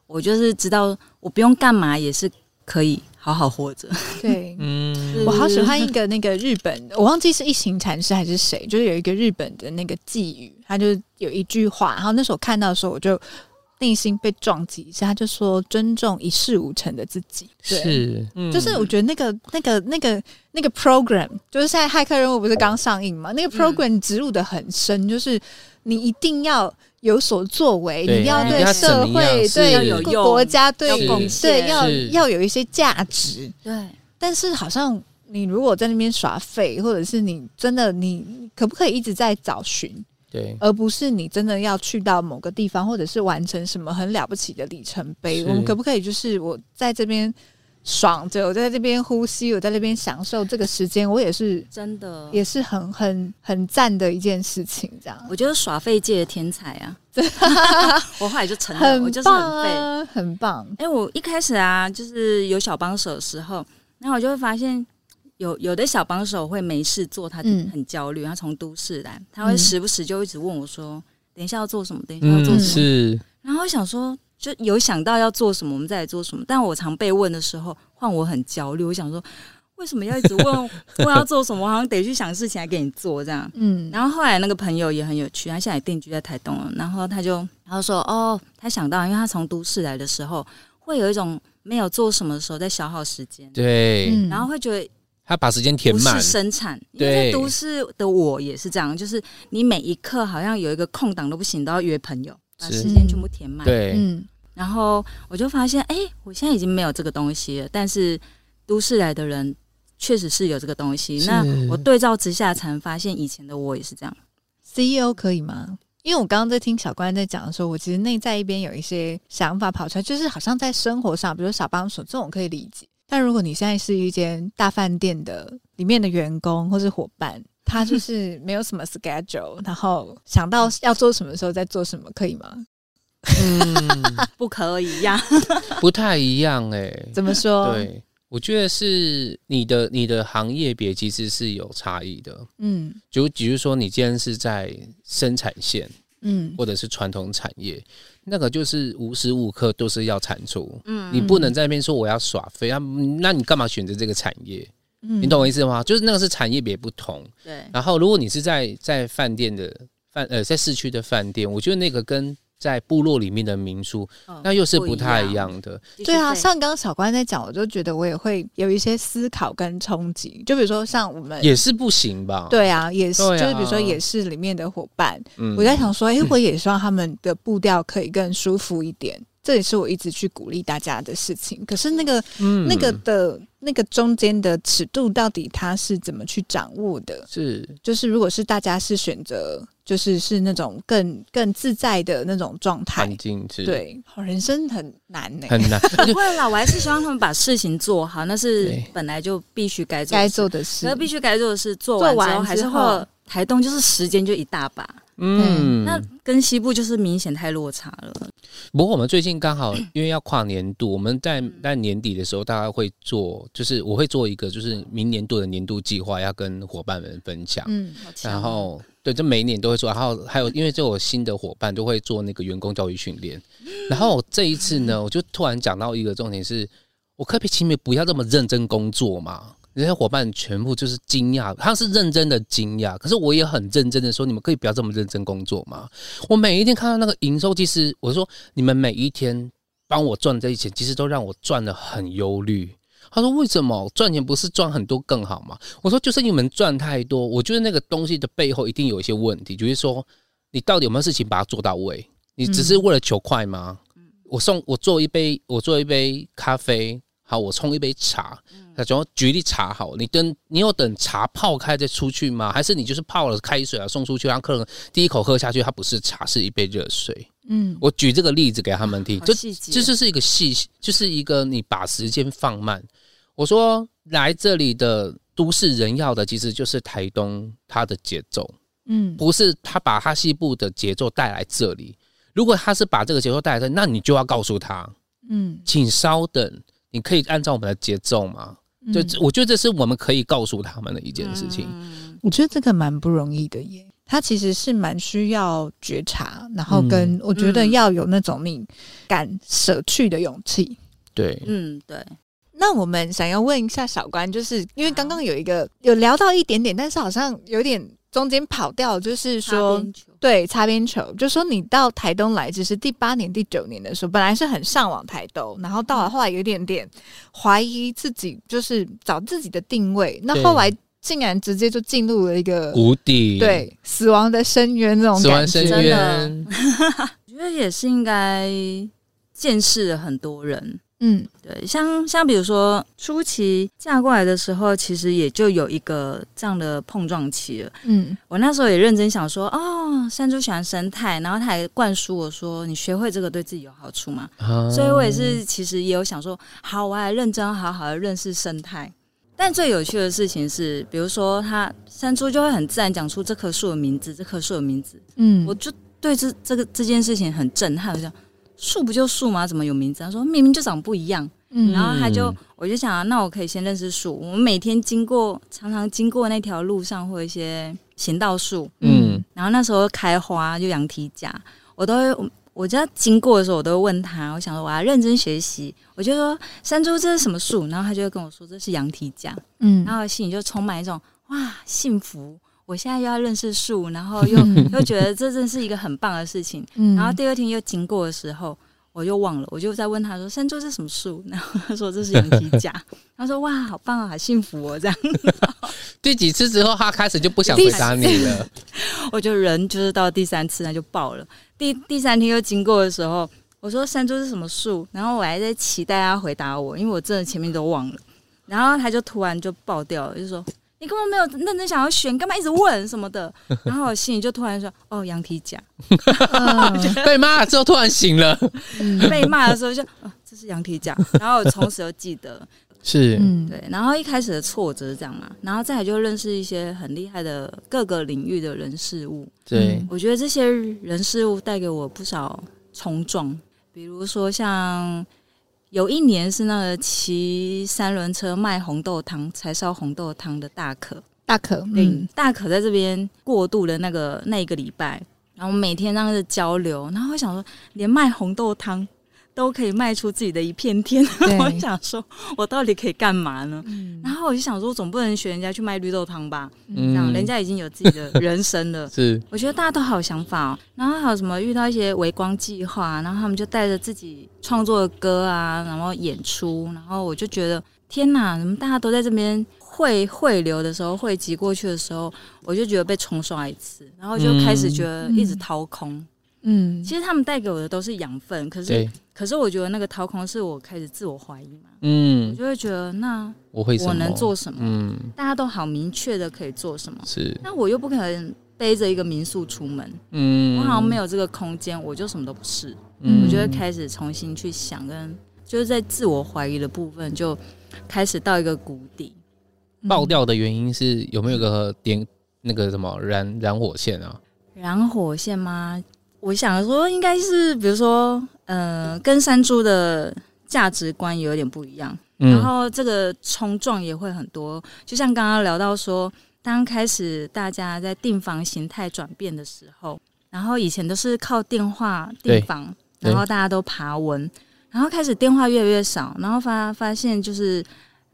[SPEAKER 4] 我就是知道我不用干嘛也是可以好好活着。
[SPEAKER 1] 对，
[SPEAKER 2] 嗯
[SPEAKER 1] 我好喜欢一个那个日本，我忘记是一行禅师还是谁，就是有一个日本的那个寄语，他就有一句话，然后那时候看到的时候，我就内心被撞击一下，他就说尊重一事无成的自己，对。
[SPEAKER 2] 是，嗯
[SPEAKER 1] 就是我觉得那个、那个、那个、那个 program，就是现在骇客任务不是刚上映嘛？那
[SPEAKER 4] 嗯
[SPEAKER 1] 个 program 植入的很深，就是你一定要有所作为，
[SPEAKER 2] 对
[SPEAKER 1] 你一定要
[SPEAKER 4] 你一定
[SPEAKER 1] 对
[SPEAKER 2] 要
[SPEAKER 1] 社
[SPEAKER 2] 怎么样
[SPEAKER 1] 会、
[SPEAKER 2] 是
[SPEAKER 1] 对
[SPEAKER 4] 要有用
[SPEAKER 1] 国家、对
[SPEAKER 4] 要
[SPEAKER 2] 贡
[SPEAKER 1] 对
[SPEAKER 4] 献
[SPEAKER 1] 要
[SPEAKER 2] 是
[SPEAKER 1] 要有一些价值。
[SPEAKER 4] 对，
[SPEAKER 1] 但是好像你如果在那边耍废，或者是你真的你你可不可以一直在找寻，
[SPEAKER 2] 对，
[SPEAKER 4] 呃
[SPEAKER 1] 而不是你真的要去到某个地方，或者是完成什么很了不起的里程碑？
[SPEAKER 2] 是
[SPEAKER 1] 我们可不可以就是我在这边爽着，我在这边呼吸，我在那边享受这个时间，我也是
[SPEAKER 4] 真的，
[SPEAKER 1] 也是很很很赞的一件事情，这样
[SPEAKER 4] 我就是耍废界的天才 啊！我后来就承认，我
[SPEAKER 1] 很
[SPEAKER 4] 就是
[SPEAKER 1] 棒
[SPEAKER 4] 很废。
[SPEAKER 1] 啊，很棒，
[SPEAKER 4] 哎、我一开始啊，就是有小帮手的时候，然后我就会发现有有的小帮手会没事做，他
[SPEAKER 1] 嗯
[SPEAKER 4] 很焦虑，他从都市来，他会
[SPEAKER 1] 嗯
[SPEAKER 4] 时不时就一直问我说：“等一下要做什么？等一下要做
[SPEAKER 2] 嗯，
[SPEAKER 4] 什么？”
[SPEAKER 2] 是，
[SPEAKER 4] 然后我想说，就有想到要做什么，我们再来做什么。但我常被问的时候，换我很焦虑，我想说，为什么要一直问 问要做什么？我好像得去想事情来给你做这样。
[SPEAKER 1] 嗯，
[SPEAKER 4] 然后后来那个朋友也很有趣，他现在也定居在台东了。然后他就，然后说，哦，他想到，因为他从都市来的时候，会有一种没有做什么的时候在消耗时间，
[SPEAKER 2] 对，
[SPEAKER 1] 嗯
[SPEAKER 4] 然后会觉得
[SPEAKER 2] 他把时间填
[SPEAKER 4] 不
[SPEAKER 2] 满
[SPEAKER 4] 是，生产。因
[SPEAKER 2] 对
[SPEAKER 4] 为在都市的我也是这样，就是你每一刻好像有一个空档都不行，都要约朋友，把
[SPEAKER 2] 是
[SPEAKER 4] 时间全部填满。
[SPEAKER 2] 对，
[SPEAKER 1] 嗯
[SPEAKER 4] 然后我就发现，哎，我现在已经没有这个东西了，但是都市来的人确实是有这个东西。那
[SPEAKER 2] 是
[SPEAKER 4] 我对照之下，才发现以前的我也是这样。
[SPEAKER 1] CEO E 可以吗？因为我刚刚在听小关在讲的时候，我其实内在一边有一些想法跑出来，就是好像在生活上，比如小帮手这种我可以理解。但如果你现在是一间大饭店的里面的员工或是伙伴，他就是没有什么 schedule，然 后想到要做什么时候再做什么，可以吗？
[SPEAKER 2] 嗯，
[SPEAKER 4] 不可以呀、
[SPEAKER 2] 不太一样哎、
[SPEAKER 1] 怎么说？，
[SPEAKER 2] 对，我觉得是你的你的行业别其实是有差异的。
[SPEAKER 1] 嗯
[SPEAKER 2] 就比如说，你今天是在生产线
[SPEAKER 1] 嗯
[SPEAKER 2] 或者是传统产业，那个就是无时无刻都是要产出，
[SPEAKER 4] 嗯
[SPEAKER 2] 你不能在那边说我要耍飞啊，嗯那你干嘛选择这个产业？
[SPEAKER 1] 嗯
[SPEAKER 2] 你懂我意思吗？就是那个是产业别不同。
[SPEAKER 4] 对，
[SPEAKER 2] 然后，如果你是在在饭店的饭呃在市区的饭店，我觉得那个跟在部落里面的民宿，
[SPEAKER 4] 哦
[SPEAKER 2] 那又是不
[SPEAKER 4] 不一
[SPEAKER 2] 太
[SPEAKER 4] 样
[SPEAKER 2] 一样的。
[SPEAKER 1] 对啊，
[SPEAKER 4] 上
[SPEAKER 1] 像刚刚小关在讲，我就觉得我也会有一些思考跟冲击。就比如说像我们，
[SPEAKER 2] 也是不行吧？，
[SPEAKER 1] 对啊，也是，
[SPEAKER 2] 对啊
[SPEAKER 1] 就是比如说也是里面的伙伴，
[SPEAKER 2] 嗯
[SPEAKER 1] 我在想说，哎、我也希望他们的步调可以更舒服一
[SPEAKER 2] 嗯
[SPEAKER 1] 点，这也是我一直去鼓励大家的事情。可是那个、
[SPEAKER 2] 嗯
[SPEAKER 1] 那个的那个中间的尺度，到底它是怎么去掌握的？
[SPEAKER 2] 是
[SPEAKER 1] 就是如果是大家是选择，就是是那种更更自在的那种状态
[SPEAKER 2] 环，境是，，
[SPEAKER 1] 对，好人生很难呢、
[SPEAKER 2] 很难。
[SPEAKER 4] 不会啦，我还是希望他们把事情做好，那是
[SPEAKER 2] 对
[SPEAKER 4] 本来就必须该做的
[SPEAKER 1] 该
[SPEAKER 4] 事，
[SPEAKER 1] 做的
[SPEAKER 4] 可
[SPEAKER 1] 事
[SPEAKER 4] 是，必须该做的事做
[SPEAKER 1] 做
[SPEAKER 4] 完
[SPEAKER 1] 完
[SPEAKER 4] 之后，还
[SPEAKER 1] 之
[SPEAKER 4] 是会
[SPEAKER 1] 后
[SPEAKER 4] 有台东就是时间就一大把，
[SPEAKER 2] 嗯，
[SPEAKER 4] 那跟西部就是明显太落差了。
[SPEAKER 2] 不过我们最近刚好因为要跨年度，我们在在年底的时候，大概会做，就是我会做一个，就是明年度的年度计划，要跟伙伴们分享。
[SPEAKER 1] 嗯
[SPEAKER 4] 好强
[SPEAKER 2] 然后对，这每一年都会做，然后还有因为这我新的伙伴都会做那个员工教育训练，然后这一次呢，我就突然讲到一个重点是，我可不可以请你不要这么认真工作嘛？人家伙伴全部就是惊讶，他是认真的惊讶，可是我也很认真的说，你们可以不要这么认真工作嘛？我每一天看到那个营收，其实我说你们每一天帮我赚这些钱，其实都让我赚的很忧虑。他说：“为什么赚钱不是赚很多更好吗？”我说就是你们赚太多，我觉得那个东西的背后一定有一些问题，就是说你到底有没有事情把它做到位？你只是为了求快吗？我送我做一杯，我做一杯咖啡，好，我冲一杯茶。那然后举例茶好，你等你有等茶泡开再出去吗？还是你就是泡了开水啊送出去，让客人第一口喝下去，它不是茶，是一杯热水。
[SPEAKER 1] 嗯，
[SPEAKER 2] 我举这个例子给他们听，
[SPEAKER 4] 好
[SPEAKER 2] 就
[SPEAKER 4] 细节
[SPEAKER 2] 这就是一个细，就是一个你把时间放慢。我说来这里的都市人要的，其实就是台东它的节奏，
[SPEAKER 1] 嗯
[SPEAKER 2] 不是他把他西部的节奏带来这里。如果他是把这个节奏带来这里，那你就要告诉他，
[SPEAKER 1] 嗯，
[SPEAKER 2] 请稍等，你可以按照我们的节奏吗？
[SPEAKER 1] 嗯
[SPEAKER 2] 就这我觉得这是我们可以告诉他们的一件事情。
[SPEAKER 4] 嗯
[SPEAKER 1] 我觉得这个蛮不容易的耶。他其实是蛮需要觉察，然
[SPEAKER 4] 嗯
[SPEAKER 1] 后跟我觉得要有那种你敢舍去的勇气。
[SPEAKER 2] 对，
[SPEAKER 4] 嗯，对，
[SPEAKER 1] 那我们想要问一下小关，就是因为刚刚有一个有聊到一点点，但是好像有点中间跑掉，就是
[SPEAKER 4] 擦
[SPEAKER 1] 说
[SPEAKER 4] 边球
[SPEAKER 1] 对擦边球，就说你到台东来只是第八年、第九年的时候，本来是很向往台东，然后到
[SPEAKER 4] 嗯
[SPEAKER 1] 了后来有一点点怀疑自己，就是找自己的定位，那
[SPEAKER 2] 对
[SPEAKER 1] 后来竟然直接就进入了一个
[SPEAKER 2] 谷底，
[SPEAKER 1] 对死亡的深渊那种
[SPEAKER 2] 死
[SPEAKER 1] 感
[SPEAKER 2] 亡
[SPEAKER 1] 觉，
[SPEAKER 2] 深
[SPEAKER 4] 真的
[SPEAKER 2] 渊，
[SPEAKER 4] 我觉得也是应该见识了很多人。
[SPEAKER 1] 嗯
[SPEAKER 4] 对，像像比如说初期嫁过来的时候，其实也就有一个这样的碰撞期了。
[SPEAKER 1] 嗯
[SPEAKER 4] 我那时候也认真想说，哦，山猪喜欢生态，然后他还灌输我说，你学会这个对自己有好处嘛？
[SPEAKER 1] 嗯
[SPEAKER 2] 啊
[SPEAKER 4] 所以我也是其实也有想说，好，我来认真好好的认识生态。但最有趣的事情是，比如说他山猪就会很自然讲出这棵树的名字，这棵树的名字，
[SPEAKER 1] 嗯，
[SPEAKER 4] 我就对这这个这件事情很震撼，我想树不就树吗？怎么有名字？他说明明就长不一样。然
[SPEAKER 1] 嗯
[SPEAKER 4] 后他就
[SPEAKER 2] 嗯，
[SPEAKER 4] 我就想、啊，那我可以先认识树。我们每天经过，常常经过那条路上会有一些行道树，
[SPEAKER 2] 嗯
[SPEAKER 4] 然后那时候开花就羊蹄甲，我都会。我我就要经过的时候，我都会问他，我想说我要认真学习。我就说山猪这是什么树，然后他就会跟我说这是羊蹄甲，
[SPEAKER 1] 嗯
[SPEAKER 4] 然后心里就充满一种哇幸福，我现在又要认识树，然后又又觉得这真是一个很棒的事情。
[SPEAKER 1] 嗯
[SPEAKER 4] 然后第二天又经过的时候，我又忘了，我就在问他说：“山猪是什么树？”然后他说：“这是羊蹄甲。”他说：“哇，好棒啊，好幸福哦！”这样，
[SPEAKER 2] 第几次之后，他开始就不想回答你了。
[SPEAKER 4] 我就人就是到第三次那就爆了。第第三天又经过的时候，我说：“山猪是什么树？”然后我还在期待他回答我，因为我真的前面都忘了。然后他就突然就爆掉了，就说。你根本没有认真想要选，干嘛一直问什么的？然后我心里就突然说：“哦，羊蹄甲。”
[SPEAKER 1] 嗯
[SPEAKER 2] 被骂了之后突然醒了，
[SPEAKER 1] 嗯
[SPEAKER 4] 被骂的时候就，哦，这是羊蹄甲。然后我从此就记得，
[SPEAKER 2] 是
[SPEAKER 1] 嗯
[SPEAKER 4] 对，然后一开始的挫折是这样嘛，然后再来就认识一些很厉害的各个领域的人事物。
[SPEAKER 2] 对，
[SPEAKER 4] 我觉得这些人事物带给我不少冲撞，比如说像有一年是那个骑三轮车卖红豆汤、柴烧红豆汤的大可，
[SPEAKER 1] 大可
[SPEAKER 4] 嗯
[SPEAKER 1] 嗯，
[SPEAKER 4] 大可在这边过渡的那个那一个礼拜，然后每天这样子交流，然后我想说，连卖红豆汤都可以卖出自己的一片天，
[SPEAKER 1] 对
[SPEAKER 4] 我想说，我到底可以干嘛呢？
[SPEAKER 1] 嗯
[SPEAKER 4] 然后我就想说，总不能学人家去卖绿豆汤吧？这
[SPEAKER 2] 嗯，。
[SPEAKER 4] 样人家已经有自己的人生了
[SPEAKER 2] 是
[SPEAKER 4] 我觉得大家都好有想法哦。然后还有什么遇到一些微光计划，然后他们就带着自己创作的歌啊，然后演出，然后我就觉得天哪，怎么大家都在这边汇汇流的时候汇集过去的时候，我就觉得被冲刷一次，然后就开始觉得一直掏空。
[SPEAKER 1] 嗯
[SPEAKER 4] 其实他们带给我的都是养分，可是
[SPEAKER 2] 对，
[SPEAKER 4] 可是我觉得那个掏空是我开始自我怀疑嘛，我
[SPEAKER 2] 嗯，
[SPEAKER 4] 就会觉得那
[SPEAKER 2] 我会什么
[SPEAKER 4] 我能做什么？
[SPEAKER 2] 嗯，
[SPEAKER 4] 大家都好明确的可以做什么，
[SPEAKER 2] 是，
[SPEAKER 4] 那我又不可能背着一个民宿出门，
[SPEAKER 2] 嗯，
[SPEAKER 4] 我好像没有这个空间，我就什么都不是。
[SPEAKER 2] 嗯，
[SPEAKER 4] 我就会开始重新去想，跟就是在自我怀疑的部分就开始到一个谷底。
[SPEAKER 1] 嗯
[SPEAKER 4] 嗯
[SPEAKER 2] 爆掉的原因是有没有个点那个什么燃燃火线啊？
[SPEAKER 4] 燃火线吗？我想说应该是，比如说，呃，跟山猪的价值观有点不一样，然
[SPEAKER 2] 嗯，
[SPEAKER 4] 后这个冲撞也会很多。就像刚刚聊到说，当开始大家在订房形态转变的时候，然后以前都是靠电话订
[SPEAKER 2] 对
[SPEAKER 4] 房，
[SPEAKER 2] 对
[SPEAKER 4] 然后大家都爬文，然后开始电话越来越少，然后发发现就是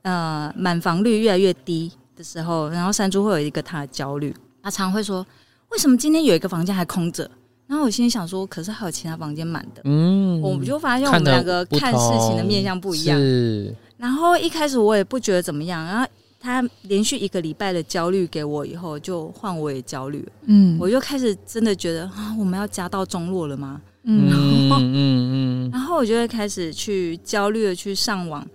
[SPEAKER 4] 呃满房率越来越低的时候，然后山猪会有一个他的焦虑，他常会说为什么今天有一个房间还空着？然后我心里想说，可是还有其他房间满的。
[SPEAKER 2] 嗯，
[SPEAKER 4] 我们就发现我
[SPEAKER 2] 看
[SPEAKER 4] 们
[SPEAKER 2] 得
[SPEAKER 4] 两个
[SPEAKER 2] 不
[SPEAKER 4] 看事情的
[SPEAKER 2] 同
[SPEAKER 4] 面向不一样，
[SPEAKER 2] 是，
[SPEAKER 4] 然后一开始我也不觉得怎么样，然后他连续一个礼拜的焦虑给我以后，就换我也焦虑了，
[SPEAKER 1] 嗯
[SPEAKER 4] 我就开始真的觉得啊，我们要家道中落了吗？
[SPEAKER 2] 嗯嗯嗯
[SPEAKER 4] 然后我就会开始去焦虑的去上网，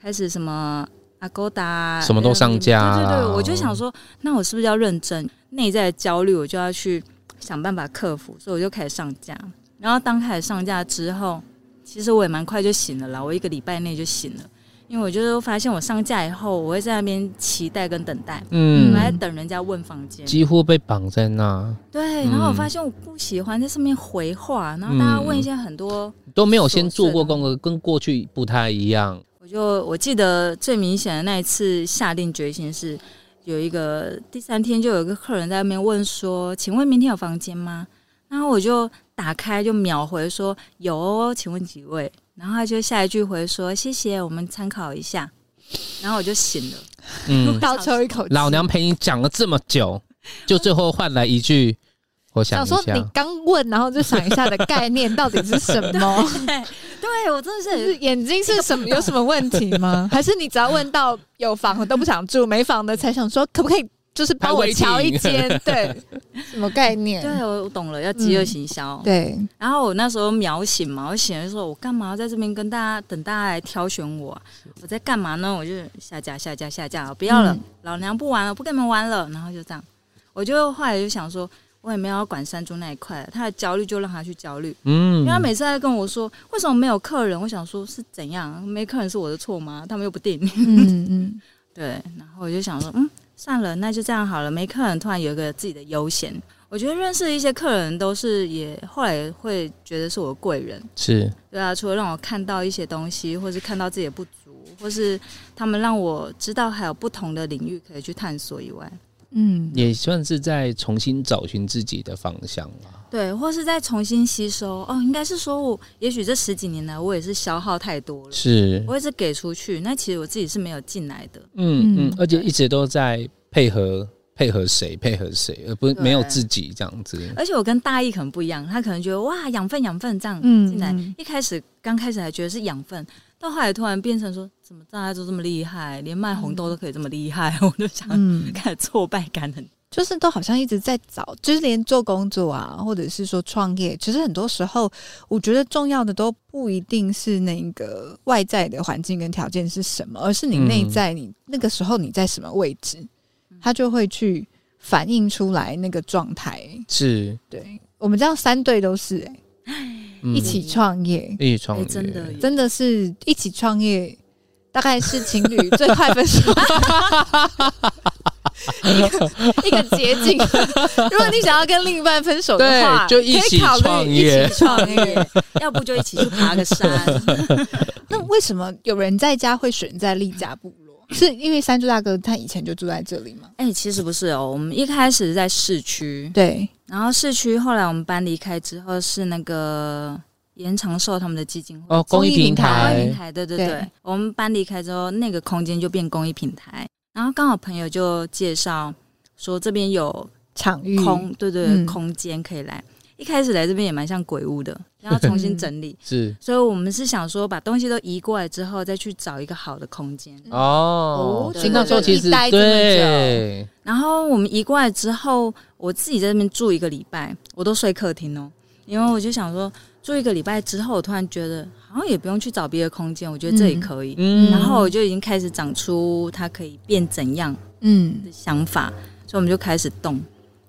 [SPEAKER 4] 开始什么 Agoda 啊
[SPEAKER 2] 什么都上架啊
[SPEAKER 4] 对对对，我就想说，那我是不是要认真？内在的焦虑我就要去想办法克服，所以我就开始上架。然后当开始上架之后，其实我也蛮快就醒了啦，我一个礼拜内就醒了，因为我就是发现我上架以后，我会在那边期待跟等待，
[SPEAKER 2] 嗯嗯，
[SPEAKER 4] 我还等人家问房间，
[SPEAKER 2] 几乎被绑在那，
[SPEAKER 4] 对，然后我发现我不喜欢在上面回话，然后大家问一些很多。
[SPEAKER 2] 都没有先做过
[SPEAKER 4] 琐碎的
[SPEAKER 2] 功课，跟过去不太一样。
[SPEAKER 4] 我就我记得最明显的那一次下定决心是，有一个第三天就有一个客人在那边问说：“请问明天有房间吗？”然后我就打开就秒回说：“有哦，请问几位？”然后他就下一句回说：“谢谢，我们参考一下。”然后我就醒了，
[SPEAKER 2] 嗯，
[SPEAKER 1] 倒抽一口气，
[SPEAKER 2] 老娘陪你讲了这么久，就最后换来一句，我
[SPEAKER 1] 想
[SPEAKER 2] 想一
[SPEAKER 1] 说你
[SPEAKER 2] 下。
[SPEAKER 1] 刚问，然后就想一下的概念到底是什么？
[SPEAKER 4] 对我真的
[SPEAKER 1] 就是
[SPEAKER 4] 是
[SPEAKER 1] 眼睛是什么？有什么问题 吗？还是你只要问到有房的都不想住，没房的才想说可不可以，就是帮我瞧一间？ 对，什么概念？
[SPEAKER 4] 对我我懂了，要饥饿行销。
[SPEAKER 1] 嗯对，
[SPEAKER 4] 然后我那时候秒醒嘛，我醒了就说，我干嘛要在这边跟大家等大家来挑选我啊、我在干嘛呢？我就下架下架下架，不要了，
[SPEAKER 1] 嗯
[SPEAKER 4] 老娘不玩了，不跟你们玩了。然后就这样，我就后来就想说，我也没有要管山猪那一块了，他的焦虑就让他去焦虑，
[SPEAKER 2] 嗯
[SPEAKER 4] 因为他每次在跟我说为什么没有客人，我想说是怎样没客人是我的错吗？他们又不定。
[SPEAKER 1] 嗯嗯，
[SPEAKER 4] 对，然后我就想说，嗯，算了，那就这样好了。没客人突然有一个自己的悠闲，我觉得认识一些客人都是也后来也会觉得是我的贵人，
[SPEAKER 2] 是
[SPEAKER 4] 对啊，除了让我看到一些东西，或是看到自己的不足，或是他们让我知道还有不同的领域可以去探索以外，
[SPEAKER 1] 嗯，
[SPEAKER 2] 也算是在重新找寻自己的方向啊了。
[SPEAKER 4] 对，或是再重新吸收。哦，应该是说我也许这十几年来我也是消耗太多了，
[SPEAKER 2] 是，
[SPEAKER 4] 我一直给出去，那其实我自己是没有进来的。
[SPEAKER 2] 嗯
[SPEAKER 1] 嗯
[SPEAKER 2] 嗯，而且一直都在配合配合谁配合谁，而不是
[SPEAKER 4] 对
[SPEAKER 2] 没有自己这样子。
[SPEAKER 4] 而且我跟大一可能不一样，他可能觉得哇养分养分这样
[SPEAKER 1] 嗯
[SPEAKER 4] 进来，
[SPEAKER 1] 嗯
[SPEAKER 4] 一开始刚开始还觉得是养分，到后来突然变成说怎么大家都这么厉害，连卖红豆都可以这么厉害， 我就想、
[SPEAKER 1] 嗯
[SPEAKER 4] 开始挫败感很。
[SPEAKER 1] 就是都好像一直在找，就是连做工作啊，或者是说创业，其实很多时候我觉得重要的都不一定是那个外在的环境跟条件是什么，而是你
[SPEAKER 2] 嗯
[SPEAKER 1] 内在你、那个时候你在什么位置，它就会去反映出来那个状态。
[SPEAKER 2] 是，
[SPEAKER 1] 对我们这样三对都是、欸
[SPEAKER 2] 嗯
[SPEAKER 1] 一起创业，
[SPEAKER 2] 一起创
[SPEAKER 4] 哎、
[SPEAKER 2] 业，
[SPEAKER 4] 真的耶，
[SPEAKER 1] 真的是一起创业。大概是情侣最快分手一个一个捷径。 如果你想要跟另一半分手的话，
[SPEAKER 2] 对就一
[SPEAKER 1] 可
[SPEAKER 2] 起
[SPEAKER 1] 以考虑
[SPEAKER 2] 创业
[SPEAKER 1] 一起创 业。
[SPEAKER 4] 要不就一起去爬个山，
[SPEAKER 1] 那为什么有人在家会选在丽家部落？是因为三柱大哥他以前就住在这里吗？
[SPEAKER 4] 哎、其实不是哦，我们一开始是在市区，
[SPEAKER 1] 对，
[SPEAKER 4] 然后市区后来我们搬离开之后是那个延长寿他们的基金会
[SPEAKER 2] 哦，公益
[SPEAKER 1] 公益平
[SPEAKER 2] 平
[SPEAKER 1] 台
[SPEAKER 4] 公益平
[SPEAKER 2] 台，
[SPEAKER 4] 台，对对
[SPEAKER 1] 对
[SPEAKER 4] 对，我们搬离开之后，那个空间就变公益平台。然后刚好朋友就介绍说这边有
[SPEAKER 1] 场域
[SPEAKER 4] 空，对对对
[SPEAKER 1] 嗯
[SPEAKER 4] 空间可以来。一开始来这边也蛮像鬼屋的，然后重
[SPEAKER 1] 嗯
[SPEAKER 4] 新整理，
[SPEAKER 2] 是
[SPEAKER 4] 所以我们是想说把东西都移过来之后，再去找一个好的空间。
[SPEAKER 2] 哦
[SPEAKER 1] 哦，
[SPEAKER 2] 所
[SPEAKER 4] 嗯真
[SPEAKER 2] 以
[SPEAKER 4] 的
[SPEAKER 2] 那时候其
[SPEAKER 1] 一
[SPEAKER 2] 实
[SPEAKER 1] 待这么
[SPEAKER 2] 对，
[SPEAKER 4] 然后我们移过来之后，我自己在那边住一个礼拜，我都睡客厅哦，因为我就想说住一个礼拜之后，我突然觉得好像也不用去找别的空间，我觉得这里
[SPEAKER 1] 嗯
[SPEAKER 4] 可以。
[SPEAKER 2] 嗯
[SPEAKER 4] 然后我就已经开始长出它可以变怎样
[SPEAKER 1] 嗯
[SPEAKER 4] 的想法，所以我们就开始动，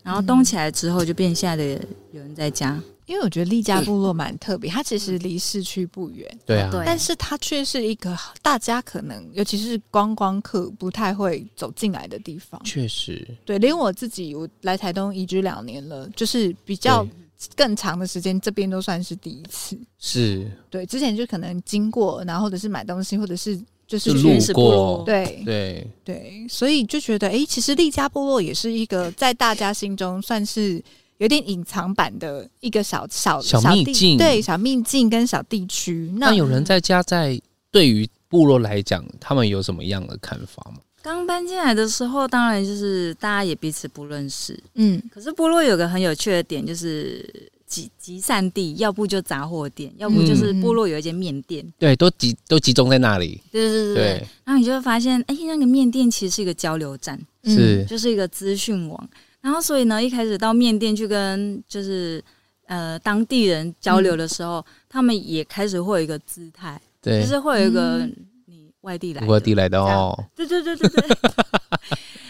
[SPEAKER 4] 然后动起来之后就变现在的有人在家，
[SPEAKER 1] 因为我觉得丽家部落蛮特别，它其实离市区不远，
[SPEAKER 2] 对啊，
[SPEAKER 4] 对
[SPEAKER 1] 但是它却是一个大家可能，尤其是观光客不太会走进来的地方。
[SPEAKER 2] 确实，
[SPEAKER 1] 对，连我自己，我来台东移居两年了，就是比较
[SPEAKER 2] 对
[SPEAKER 1] 更长的时间，这边都算是第一次。
[SPEAKER 2] 是
[SPEAKER 1] 对，之前就可能经过，然后或者是买东西，或者是就是
[SPEAKER 2] 就
[SPEAKER 1] 去
[SPEAKER 2] 路
[SPEAKER 4] 原始部落
[SPEAKER 2] 过
[SPEAKER 1] 对
[SPEAKER 2] 对，
[SPEAKER 1] 对，所以就觉得，诶，其实利家部落也是一个在大家心中算是有点隐藏版的一个小小
[SPEAKER 2] 小秘
[SPEAKER 1] 地
[SPEAKER 2] 境
[SPEAKER 1] 对，小秘境跟小地区。那
[SPEAKER 2] 那有人在家在对于部落来讲，他们有什么样的看法吗？
[SPEAKER 4] 刚搬进来的时候，当然就是大家也彼此不认识，
[SPEAKER 1] 嗯，
[SPEAKER 4] 可是部落有个很有趣的点就是。集集散地，要不就杂货店，要不就是部落有一间面店。
[SPEAKER 2] 对，都集都集中在那里，
[SPEAKER 4] 对对对对
[SPEAKER 2] 对，
[SPEAKER 4] 然后你就会发现，哎、那个面店其实是一个交流站，
[SPEAKER 1] 嗯
[SPEAKER 2] 是
[SPEAKER 4] 就是一个资讯网。然后所以呢，一开始到面店去跟就是呃当地人交
[SPEAKER 2] 嗯
[SPEAKER 4] 流的时候，他们也开始会有一个姿态，就
[SPEAKER 2] 对，
[SPEAKER 4] 是会有一个
[SPEAKER 1] 嗯
[SPEAKER 4] 你外地来的，
[SPEAKER 2] 外地来的
[SPEAKER 4] 这样
[SPEAKER 2] 哦，
[SPEAKER 4] 对对对对对。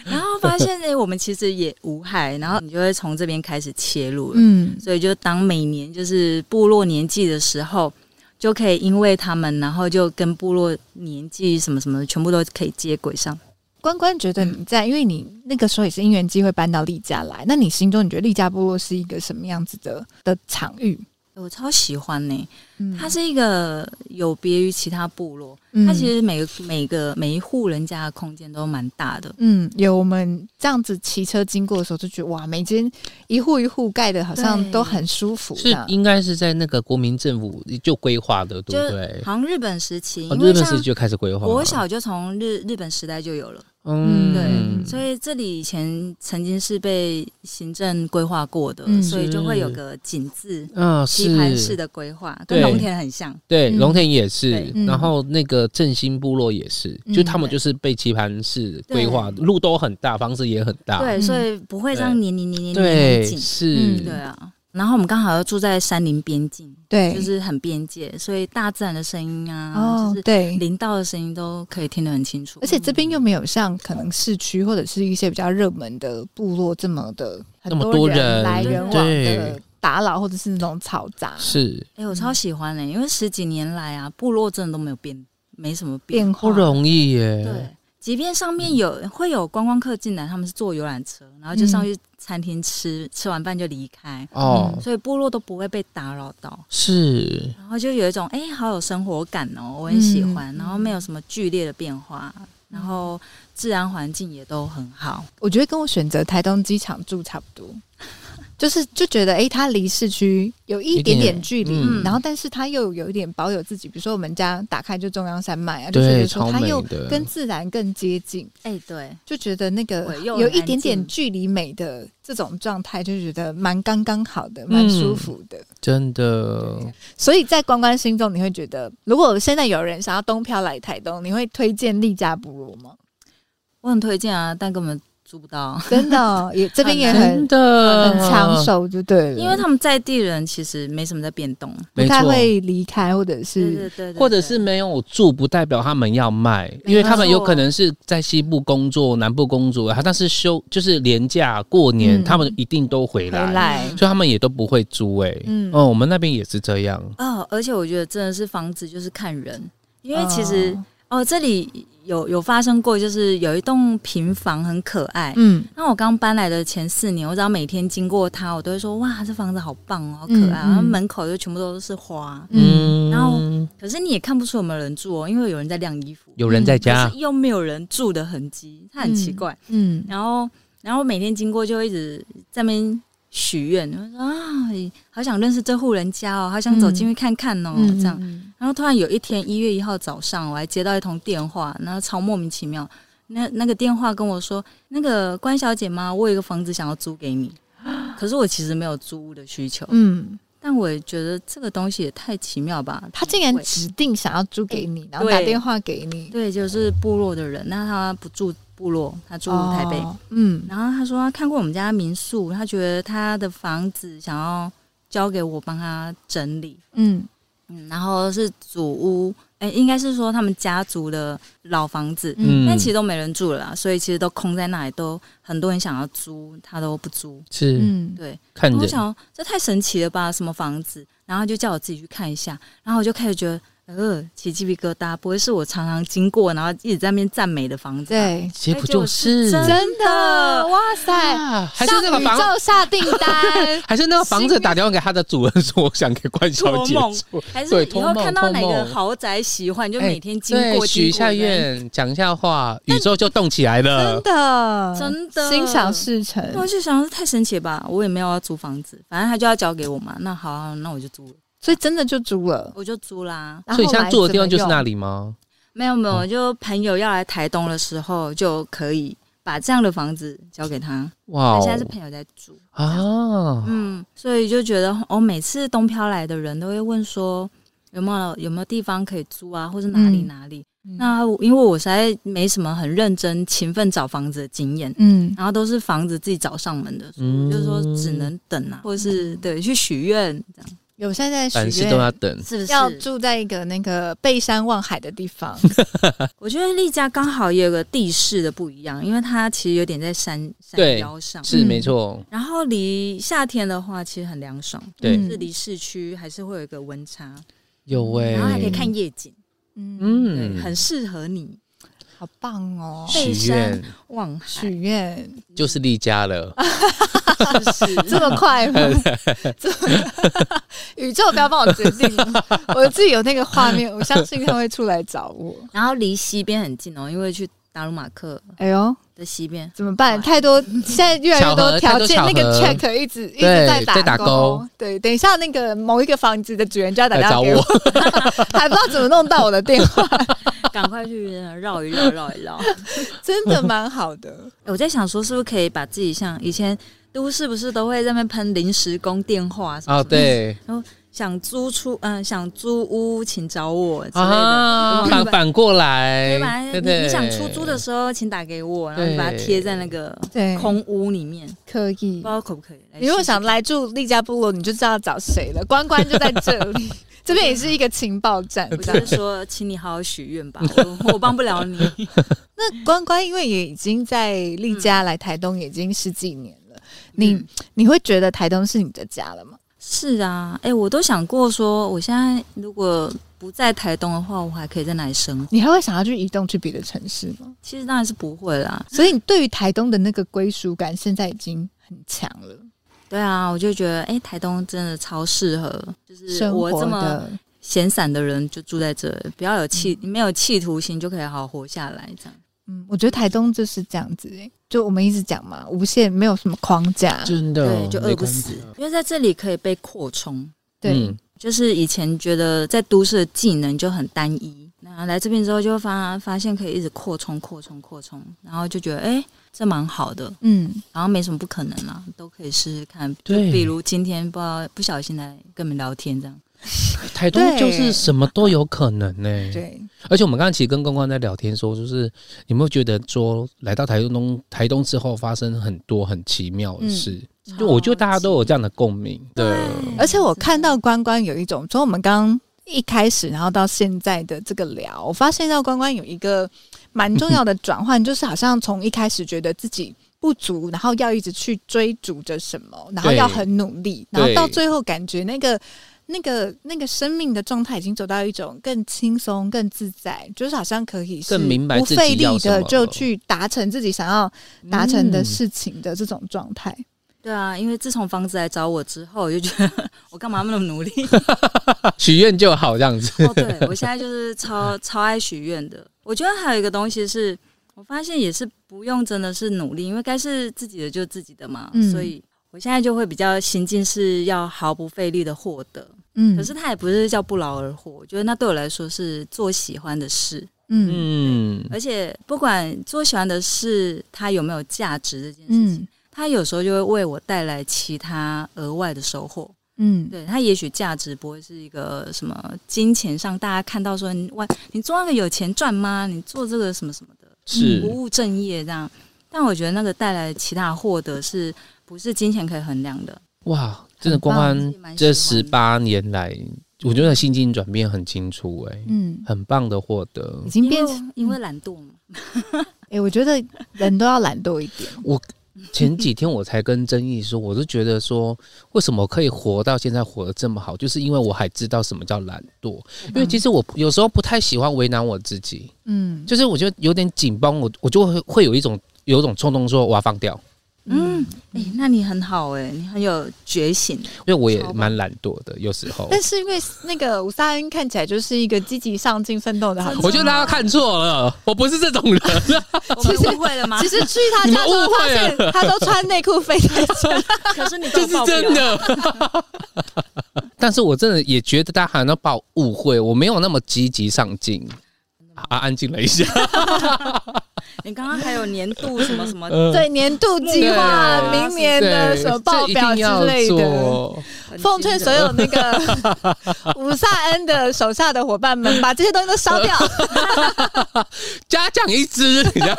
[SPEAKER 4] 然后发现哎、诶我们其实也无害，然后你就会从这边开始切入了。
[SPEAKER 1] 嗯
[SPEAKER 4] 所以就当每年就是部落年纪的时候，就可以因为他们，然后就跟部落年纪什么什么，全部都可以接轨上。
[SPEAKER 1] 关关觉得你在，因为你那个时候也是因缘机会搬到丽家来，那你心中你觉得丽家部落是一个什么样子的的场域？
[SPEAKER 4] 我超喜欢呢、
[SPEAKER 1] 嗯
[SPEAKER 4] 它是一个有别于其他部落，它其实每个每个每一户人家的空间都蛮大的，
[SPEAKER 1] 嗯，有我们这样子骑车经过的时候，就觉得哇，每间一户一户盖的，好像
[SPEAKER 4] 对
[SPEAKER 1] 都很舒服这
[SPEAKER 2] 是
[SPEAKER 1] 样。
[SPEAKER 2] 应该是在那个国民政府就规划的，
[SPEAKER 4] 就
[SPEAKER 2] 对不对？
[SPEAKER 4] 好像日本时期，
[SPEAKER 2] 哦，
[SPEAKER 4] 因
[SPEAKER 2] 日
[SPEAKER 4] 为
[SPEAKER 2] 本
[SPEAKER 4] 像
[SPEAKER 2] 时期就开始规划了，
[SPEAKER 4] 国小就从日日本时代就有了，
[SPEAKER 2] 嗯，
[SPEAKER 1] 嗯
[SPEAKER 4] 所以这里以前曾经是被行政规划过的，
[SPEAKER 1] 嗯
[SPEAKER 4] 所以就是会有个景字。
[SPEAKER 2] 啊，
[SPEAKER 4] 棋盘式
[SPEAKER 2] 是，
[SPEAKER 4] 的规划
[SPEAKER 2] 对
[SPEAKER 4] 跟农田很像，
[SPEAKER 2] 对，
[SPEAKER 1] 嗯
[SPEAKER 2] 龙田也是
[SPEAKER 4] 对，
[SPEAKER 1] 嗯
[SPEAKER 2] 然后那个振兴部落也是，
[SPEAKER 1] 嗯
[SPEAKER 2] 就他们就是被棋盘式规划，
[SPEAKER 4] 对
[SPEAKER 2] 路都很大，房子也很大，
[SPEAKER 4] 对，
[SPEAKER 1] 嗯
[SPEAKER 4] 所以不会这样黏黏黏黏黏
[SPEAKER 2] 对，
[SPEAKER 4] 很紧，
[SPEAKER 2] 是
[SPEAKER 1] 嗯，
[SPEAKER 4] 对啊。然后我们刚好又住在山林边境，
[SPEAKER 1] 对，
[SPEAKER 4] 就是很边界，所以大自然的声音啊，
[SPEAKER 1] 哦
[SPEAKER 4] 就，是
[SPEAKER 1] 对，
[SPEAKER 4] 林道的声音都可以听得很清楚。
[SPEAKER 1] 而且这边又没有像可能市区或者是一些比较热门的部落这么的很
[SPEAKER 2] 那么多
[SPEAKER 1] 人
[SPEAKER 2] 人
[SPEAKER 1] 来人往的
[SPEAKER 2] 对
[SPEAKER 1] 打扰，或者是那种嘈杂
[SPEAKER 2] 是
[SPEAKER 4] 哎、我
[SPEAKER 1] 嗯
[SPEAKER 4] 超喜欢的、因为十几年来啊，部落真的都没有变，没什么变。
[SPEAKER 1] 变
[SPEAKER 2] 不
[SPEAKER 1] 化。
[SPEAKER 2] 容易耶，
[SPEAKER 4] 对，即便上面有会有观光客进来，他们是坐游览车，然后就上去餐厅吃，
[SPEAKER 1] 嗯
[SPEAKER 4] 吃完饭就离开，
[SPEAKER 2] 哦，
[SPEAKER 4] 所以部落都不会被打扰到。
[SPEAKER 2] 是
[SPEAKER 4] 然后就有一种哎、好有生活感哦，我很喜欢。
[SPEAKER 1] 嗯
[SPEAKER 4] 然后没有什么剧烈的变化，然后自然环境也都很好。
[SPEAKER 1] 我觉得跟我选择台东机场住差不多， 就是就觉得哎、诶它离市区有一点点距离，
[SPEAKER 2] 嗯
[SPEAKER 1] 然后但是它又有一点保有自己，比如说我们家打开就中央山脉啊，就觉
[SPEAKER 2] 对
[SPEAKER 1] 得说
[SPEAKER 2] 超
[SPEAKER 1] 它
[SPEAKER 2] 美
[SPEAKER 1] 又
[SPEAKER 2] 的
[SPEAKER 1] 跟自然更接近，
[SPEAKER 4] 哎、对，
[SPEAKER 1] 就觉得那个
[SPEAKER 4] 对又很
[SPEAKER 1] 有一点点
[SPEAKER 4] 安静
[SPEAKER 1] 距离美的这种状态，就觉得蛮刚刚好的，蛮
[SPEAKER 2] 嗯
[SPEAKER 1] 舒服的。
[SPEAKER 2] 真的，
[SPEAKER 1] 所以在关关心中，你会觉得，如果现在有人想要东漂来台东，你会推荐丽家部落 吗？
[SPEAKER 4] 我很推荐啊，但根本租不到，
[SPEAKER 1] 真的哦、也这边也
[SPEAKER 2] 真
[SPEAKER 1] 很
[SPEAKER 2] 的
[SPEAKER 1] 很抢，手，就对了，
[SPEAKER 4] 因为他们在地人其实没什么在变动。
[SPEAKER 1] 不
[SPEAKER 2] 没
[SPEAKER 1] 太
[SPEAKER 2] 错。
[SPEAKER 1] 会离开，或者
[SPEAKER 4] 对对
[SPEAKER 1] 是
[SPEAKER 4] 对对对
[SPEAKER 2] 或者是没有住，不代表他们要卖，因为他们有可能是在西部工作、南部工作，但是休就是年假、过年，
[SPEAKER 1] 嗯
[SPEAKER 2] 他们一定都
[SPEAKER 1] 回
[SPEAKER 2] 回来，
[SPEAKER 1] 来。
[SPEAKER 2] 所以他们也都不会租、欸。
[SPEAKER 1] 嗯
[SPEAKER 2] 嗯，我们那边也是这样。
[SPEAKER 4] 哦，而且我觉得真的是房子就是看人，因为其实哦这里有有发生过，就是有一栋平房很可爱。
[SPEAKER 1] 嗯，
[SPEAKER 4] 那我刚搬来的前四年，我只要每天经过它，我都会说哇，这房子好棒哦，好可
[SPEAKER 1] 嗯
[SPEAKER 4] 爱。然后
[SPEAKER 1] 嗯
[SPEAKER 4] 门口就全部都是花，
[SPEAKER 1] 嗯
[SPEAKER 2] 嗯，
[SPEAKER 4] 然后可是你也看不出有没有人住哦，因为有人在晾衣服，
[SPEAKER 2] 有人在家
[SPEAKER 4] 可，是又没有人住的痕迹，它很奇
[SPEAKER 1] 嗯
[SPEAKER 4] 怪。
[SPEAKER 1] 嗯
[SPEAKER 4] 然后，然后每天经过就会一直在那边许愿，我说啊，好想认识这户人家哦，好想走进去看看哦，
[SPEAKER 1] 嗯，
[SPEAKER 4] 这样。
[SPEAKER 1] 嗯
[SPEAKER 4] 然后突然有一天，一月一号早上，我还接到一通电话，然后超莫名其妙。那那个电话跟我说，那个关小姐吗？我有一个房子想要租给 你，可是我其实没有租屋的需求，
[SPEAKER 1] 嗯，
[SPEAKER 4] 但我也觉得这个东西也太奇妙吧。
[SPEAKER 1] 他
[SPEAKER 4] 怎
[SPEAKER 1] 竟
[SPEAKER 4] 么
[SPEAKER 1] 然
[SPEAKER 4] 会
[SPEAKER 1] 指定想要租给你，然后
[SPEAKER 4] 对
[SPEAKER 1] 打电话给你，
[SPEAKER 4] 对，就是部落的人，那他不住部落，他住台北。
[SPEAKER 1] 哦，嗯
[SPEAKER 4] 然后他说他看过我们家民宿，他觉得他的房子想要交给我帮他整理，
[SPEAKER 1] 嗯
[SPEAKER 4] 嗯，然后是祖屋，哎，应该是说他们家族的老房子，
[SPEAKER 1] 嗯
[SPEAKER 4] 但其实都没人住了啦，所以其实都空在那里，都很多人想要租，他都不租。
[SPEAKER 2] 是、
[SPEAKER 1] 嗯，
[SPEAKER 4] 对，
[SPEAKER 2] 看
[SPEAKER 4] 然后我
[SPEAKER 2] 人，
[SPEAKER 4] 想这太神奇了吧，什么房子？然后就叫我自己去看一下，然后我就开始觉得，呃，起鸡皮疙瘩，不会是我常常经过，然后一直在那边赞美的房子吧？
[SPEAKER 1] 对，
[SPEAKER 2] 结果就是
[SPEAKER 4] 哎结果是
[SPEAKER 1] 真的，哇塞，
[SPEAKER 2] 啊，还是那个
[SPEAKER 1] 上宇
[SPEAKER 2] 房，，
[SPEAKER 1] 宙下订单
[SPEAKER 2] 还是那个房子打电话给他的主人说，我想给关小姐
[SPEAKER 4] 托梦
[SPEAKER 2] 住。
[SPEAKER 4] 还是
[SPEAKER 2] 对
[SPEAKER 4] 以
[SPEAKER 2] 托
[SPEAKER 4] 后
[SPEAKER 2] 梦
[SPEAKER 4] 看到哪
[SPEAKER 2] 托
[SPEAKER 4] 个
[SPEAKER 2] 梦
[SPEAKER 4] 豪宅喜欢，你就
[SPEAKER 2] 哎
[SPEAKER 4] 每天经
[SPEAKER 2] 对
[SPEAKER 4] 过，
[SPEAKER 2] 许一
[SPEAKER 4] 经过
[SPEAKER 2] 下，愿，讲一下话，宇宙就动起来了
[SPEAKER 1] 真。的，
[SPEAKER 4] 真的
[SPEAKER 1] 嗯心想。事成，
[SPEAKER 4] 那我就想说太神奇了吧，我也没有要租房子，反正他就要交给我嘛。那好、啊，那我就租了，
[SPEAKER 1] 所以真的就租了。
[SPEAKER 4] 我就租啦。
[SPEAKER 2] 所以现在住的地方就是那
[SPEAKER 1] 里，
[SPEAKER 2] 里吗？
[SPEAKER 4] 没有没有，
[SPEAKER 2] 哦
[SPEAKER 4] 就朋友要来台东的时候就可以把这样的房子交给他。
[SPEAKER 2] 哇
[SPEAKER 4] 他
[SPEAKER 2] 哦
[SPEAKER 4] 现在是朋友在住，
[SPEAKER 2] 啊，
[SPEAKER 4] 嗯，所以就觉得哦，每次东漂来的人都会问说有没有有没有地方可以租啊，或是哪里
[SPEAKER 1] 嗯
[SPEAKER 4] 哪里。那我因为我实在没什么很认真、勤奋找房子的经验，
[SPEAKER 1] 嗯
[SPEAKER 4] 然后都是房子自己找上门的，
[SPEAKER 2] 嗯
[SPEAKER 4] 就是说只能等啊，或是对去许愿这样，
[SPEAKER 1] 有现在
[SPEAKER 2] 凡
[SPEAKER 1] 许
[SPEAKER 2] 事都要
[SPEAKER 1] 愿
[SPEAKER 2] 等。
[SPEAKER 4] 是不是？
[SPEAKER 1] 要住在一个那个背山望海的地 方，
[SPEAKER 4] 我觉得丽家刚好也有个地势的不一样，因为它其实有点在山山
[SPEAKER 2] 对
[SPEAKER 4] 腰上，
[SPEAKER 2] 是
[SPEAKER 1] 嗯
[SPEAKER 2] 没错，
[SPEAKER 4] 然后离夏天的话其实很凉爽，
[SPEAKER 2] 对
[SPEAKER 1] 嗯
[SPEAKER 4] 是离市区还是会有一个温差，
[SPEAKER 2] 有哎、
[SPEAKER 4] 然后还可以看夜景，
[SPEAKER 1] 嗯，
[SPEAKER 4] 对，
[SPEAKER 2] 嗯，
[SPEAKER 4] 很适合你
[SPEAKER 1] 好棒哦，
[SPEAKER 4] 背
[SPEAKER 2] 许愿
[SPEAKER 4] 望
[SPEAKER 1] 许
[SPEAKER 4] 海，
[SPEAKER 1] 愿
[SPEAKER 2] 就是丽家了，
[SPEAKER 4] 嗯是不 是？
[SPEAKER 1] 这么快 吗？这么宇宙不要帮我决 定，我自己有那个画面，我相信他会出来找 我。
[SPEAKER 4] 然后离西边很近哦，因为去达鲁马克
[SPEAKER 1] 哎呦，
[SPEAKER 4] 的西边，
[SPEAKER 1] 怎么办？太多，现在越来越多条件，
[SPEAKER 2] 巧合
[SPEAKER 1] 那
[SPEAKER 2] 太多
[SPEAKER 1] 个
[SPEAKER 2] 巧合
[SPEAKER 1] check 一直一直
[SPEAKER 2] 对
[SPEAKER 1] 在打
[SPEAKER 2] 在打勾
[SPEAKER 1] 对，等一下那个某一个房子的主人就要打
[SPEAKER 2] 来
[SPEAKER 1] 电话
[SPEAKER 2] 找
[SPEAKER 1] 给
[SPEAKER 2] 我
[SPEAKER 1] 我，。还不知道怎么弄到我的电话，
[SPEAKER 4] 赶快去绕一绕，绕一绕。
[SPEAKER 1] 真的蛮好 的。
[SPEAKER 4] 我在想说，是不是可以把自己像以前都市不是都会在那边喷临时工电话什么
[SPEAKER 1] 啊
[SPEAKER 2] 哦，
[SPEAKER 4] 什么，
[SPEAKER 2] 对
[SPEAKER 4] 想租出嗯、想租屋请找我 之类的。
[SPEAKER 2] 啊，
[SPEAKER 4] 对
[SPEAKER 2] 反
[SPEAKER 4] 吧
[SPEAKER 2] 反过
[SPEAKER 4] 对
[SPEAKER 2] 来
[SPEAKER 4] 吧？，你
[SPEAKER 2] 对对，
[SPEAKER 4] 你想出租的时候，请打给我，然后你把它贴在那个
[SPEAKER 1] 对，
[SPEAKER 4] 空屋里面，不
[SPEAKER 1] 可以
[SPEAKER 4] 知。道可不可以。来
[SPEAKER 1] 你如果
[SPEAKER 4] 试试
[SPEAKER 1] 想来住丽家部落，你就知道找谁了。关关就在这 里，这边也是一个情报站。
[SPEAKER 4] 我就是说，请你好好许愿吧，我我帮不了你。
[SPEAKER 1] 那关关因为也已经在丽家来台东已经十几年了， 你
[SPEAKER 4] 嗯
[SPEAKER 1] 你会觉得台东是你的家了吗？
[SPEAKER 4] 是啊，哎、我都想过说，我现在如果不在台东的话，我还可以在哪里生活？
[SPEAKER 1] 你还会想要去移动去别的城市吗？
[SPEAKER 4] 其实当然是不会啦。
[SPEAKER 1] 所以你对于台东的那个归属感现在已经很强了，
[SPEAKER 4] 对啊，我就觉得，哎、台东真的超适合，就是
[SPEAKER 1] 生
[SPEAKER 4] 我
[SPEAKER 1] 活
[SPEAKER 4] 这么
[SPEAKER 1] 的
[SPEAKER 4] 闲散的人就住在这里，不要有企、没有企图心就可以好好活下来，这样。
[SPEAKER 1] 嗯，我觉得台东就是这样子、欸，就我们一直讲嘛，无限没有什么框架，
[SPEAKER 2] 真的
[SPEAKER 4] 对，就饿不死
[SPEAKER 2] 哦没关系，
[SPEAKER 4] 因为在这里可以被扩充。
[SPEAKER 1] 对，
[SPEAKER 2] 嗯
[SPEAKER 4] 就是以前觉得在都市的技能就很单一，那来这边之后就发发现可以一直扩充、扩充、扩充，然后就觉得哎、诶这蛮好的，
[SPEAKER 1] 嗯，
[SPEAKER 4] 然后没什么不可能啦，都可以试试看。
[SPEAKER 2] 对
[SPEAKER 4] 比如今天不知道不小心来跟你们聊天这样，
[SPEAKER 2] 台东
[SPEAKER 1] 对
[SPEAKER 2] 就是什么都有可能呢、
[SPEAKER 1] 对，
[SPEAKER 2] 而且我们刚刚其实跟关关在聊天说，就是你有没有觉得说，来到台东台东之后，发生很多很奇妙的事？
[SPEAKER 1] 嗯
[SPEAKER 2] 就我觉得大家都有这样的共鸣的，
[SPEAKER 1] 而且我看到关关有一种，从我们刚刚一开始，然后到现在的这个聊，我发现到关关有一个蛮重 要的转换，就是好像从一开始觉得自己不足，然后要一直去追逐着什么，然后要很努力，然后到最后感觉那个。那个那个生命的状态已经走到一种更轻松、更自在，就是好像可以是
[SPEAKER 2] 更明白
[SPEAKER 1] 不
[SPEAKER 2] 自己
[SPEAKER 1] 费力
[SPEAKER 2] 要什么
[SPEAKER 1] 的
[SPEAKER 2] 了嗯
[SPEAKER 1] 就去达成自己想要达成的事情的这种状态。
[SPEAKER 4] 对啊，因为自从房子来找我之后，我就觉得我干嘛那么 努力？
[SPEAKER 2] 许愿就好这样子。
[SPEAKER 4] 哦，对我现在就是超超爱许愿的。我觉得还有一个东西是，我发现也是不用真的是努力，因为该是自己的就自己的嘛，
[SPEAKER 1] 嗯
[SPEAKER 4] 所以。我现在就会比较行进是要毫不费力的获得，
[SPEAKER 1] 嗯，
[SPEAKER 4] 可是它也不是叫不劳而获，我觉得那对我来说是做喜欢的事，
[SPEAKER 1] 嗯
[SPEAKER 2] 嗯，
[SPEAKER 4] 而且不管做喜欢的事它有没有价值这件事情，
[SPEAKER 1] 嗯
[SPEAKER 4] 它有时候就会为我带来其他额外的收获。
[SPEAKER 1] 嗯，
[SPEAKER 4] 对，它也许价值不会是一个什么金钱上，大家看到说你哇，你做那个有钱赚吗？你做这个什么什么的，
[SPEAKER 2] 是
[SPEAKER 1] 嗯
[SPEAKER 4] 不务正业这样。但我觉得那个带来其他获得是不是金钱可以衡量的？
[SPEAKER 2] 哇，真的
[SPEAKER 1] 很棒
[SPEAKER 2] 关
[SPEAKER 4] 自己
[SPEAKER 2] 关
[SPEAKER 4] 蛮
[SPEAKER 2] 嗯这
[SPEAKER 4] 喜
[SPEAKER 2] 十
[SPEAKER 4] 欢的
[SPEAKER 2] 八年来，我觉得心境转变很清楚、哎、
[SPEAKER 1] 嗯，
[SPEAKER 2] 很棒的获得
[SPEAKER 1] 已。经变
[SPEAKER 4] 因为因为懒惰嘛，
[SPEAKER 1] 哎、我觉得人都要懒惰一点。嗯
[SPEAKER 2] 前几天我才跟曾毅说，我就觉得说，为什么可以活到现在活得这么好，就是因为我还知道什么叫懒惰。 因为其实我有时候不太喜欢为难我自己，
[SPEAKER 1] 嗯，
[SPEAKER 2] 就是我觉得有点紧绷，我我就会会有一种有一种冲动说我要放掉，
[SPEAKER 4] 嗯，哎、那你很好哎、你很有觉醒。
[SPEAKER 2] 因为我也
[SPEAKER 1] 超棒
[SPEAKER 2] 蛮懒惰的，有时候。
[SPEAKER 1] 但是因为那个吴三恩看起来就是一个积极上进、奋斗的好，
[SPEAKER 2] 我觉得大家看错了，我不是这种人。
[SPEAKER 4] 我们误会了吗？
[SPEAKER 1] 其实去他
[SPEAKER 2] 你
[SPEAKER 1] 家
[SPEAKER 2] 们
[SPEAKER 1] 之后
[SPEAKER 2] 误
[SPEAKER 1] 发
[SPEAKER 2] 会了
[SPEAKER 1] 现，他都穿内裤飞在身
[SPEAKER 4] 可是你
[SPEAKER 2] 这是真
[SPEAKER 4] 的，
[SPEAKER 2] 的。
[SPEAKER 1] 哦
[SPEAKER 2] 但是我真的也觉得大家好像把我误会，我没有那么积极上进。啊，安静了 一下，
[SPEAKER 4] 你刚刚还有年度什么什
[SPEAKER 2] 呃
[SPEAKER 4] 么，
[SPEAKER 1] 对年度计划、
[SPEAKER 2] 对啊
[SPEAKER 1] 明年的
[SPEAKER 2] 对
[SPEAKER 1] 什么报表
[SPEAKER 2] 这一定要
[SPEAKER 1] 之类的，
[SPEAKER 2] 做
[SPEAKER 4] 我人
[SPEAKER 1] 奉劝所有那 个五萨恩的手下的伙伴们，把这些东西都烧 掉，
[SPEAKER 2] 嘉奖一只，你知道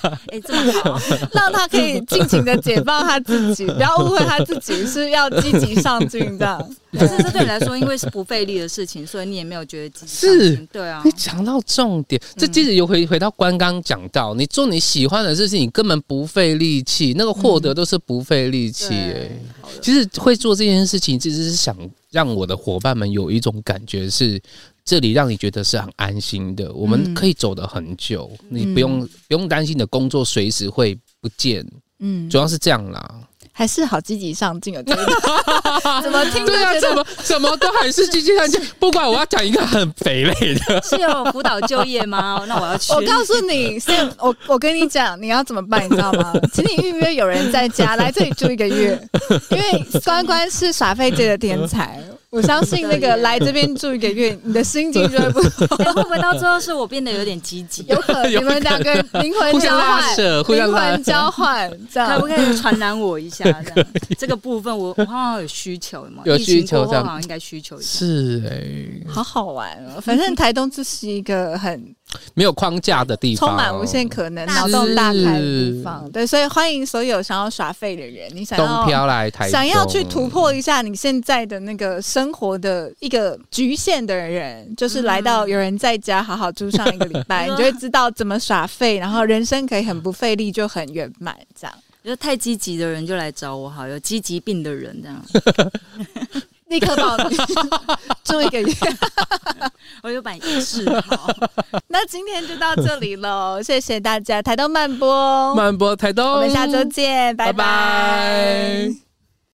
[SPEAKER 4] 哎、这么 好，
[SPEAKER 1] 让他可以尽情的解放他自己，不要误会他自己是要积极上进这样。
[SPEAKER 4] 但是这对你来说，因为是不费力的事情，所以你也没有觉得自己
[SPEAKER 2] 是
[SPEAKER 4] 上进对啊
[SPEAKER 2] 你，讲到重点，这接着又回回到关刚讲到，你做你喜欢的事情，你根本不费力气，那个获得都是不费力气、
[SPEAKER 1] 嗯
[SPEAKER 4] 对
[SPEAKER 2] 哎、
[SPEAKER 4] 好了
[SPEAKER 2] 其实会做这件事情，其实是想让我的伙伴们有一种感觉是。这里让你觉得是很安心的，我们
[SPEAKER 1] 嗯
[SPEAKER 2] 可以走得很久，你不用不用担心你的工作随时会不见，
[SPEAKER 1] 嗯
[SPEAKER 2] 主，要是这样啦。
[SPEAKER 1] 还是好积极上进哦， 这个怎么听都
[SPEAKER 2] 对啊，
[SPEAKER 1] 觉
[SPEAKER 2] 怎
[SPEAKER 1] 得
[SPEAKER 2] 么怎么都还是积极上进。不管我要讲一个很肥类的，
[SPEAKER 4] 是有辅导就业 吗？那我要去。
[SPEAKER 1] 我告诉你，Sam，我我跟你讲，你要怎么办，你知道 吗？请你预约有人在家来这里住一个月，因为关关是耍废界的天才，我相信那个来这边住一个月，你的心情就会 不同，
[SPEAKER 4] 哎会不会到最后是我变得有点积极？啊
[SPEAKER 1] 有可能你们两个灵魂
[SPEAKER 2] 互
[SPEAKER 1] 交
[SPEAKER 2] 相拉
[SPEAKER 1] 换，
[SPEAKER 2] 扯，互相
[SPEAKER 1] 灵
[SPEAKER 2] 拉
[SPEAKER 1] 魂
[SPEAKER 2] 扯。
[SPEAKER 1] 交换，这
[SPEAKER 4] 可不
[SPEAKER 1] 样。
[SPEAKER 4] 可以传染我一 下？这样这个部分我我好像有需求嘛，
[SPEAKER 2] 有
[SPEAKER 4] 疫情
[SPEAKER 2] 需求
[SPEAKER 4] 过后
[SPEAKER 2] 这样
[SPEAKER 4] 好像应该需求一下。
[SPEAKER 2] 是哎、
[SPEAKER 1] 好好玩哦！反正台东这是一个很
[SPEAKER 2] 没有框架的地方，哦
[SPEAKER 1] 充满无限可能、
[SPEAKER 4] 是
[SPEAKER 1] 脑洞大开的地方。对，所以欢迎所有想要耍废的人，你想
[SPEAKER 2] 东
[SPEAKER 1] 要
[SPEAKER 2] 飘来台
[SPEAKER 1] 哦
[SPEAKER 2] 中，
[SPEAKER 1] 想要去突破一下你现在的那个生活的一个局限的人，就是来到有人在家好好住上一个礼 拜，你就会知道怎么耍废，然后人生可以很不费力，就很圆满。这样，
[SPEAKER 4] 觉得太积极的人就来找我好，有积极病的人这 样，
[SPEAKER 1] 立刻报 名住一个月。
[SPEAKER 4] 我有把你治好。
[SPEAKER 1] 那今天就到这里喽，谢谢大家，台东慢播，
[SPEAKER 2] 慢播台东，
[SPEAKER 1] 我们下周见，
[SPEAKER 2] 拜
[SPEAKER 1] 拜拜
[SPEAKER 2] 拜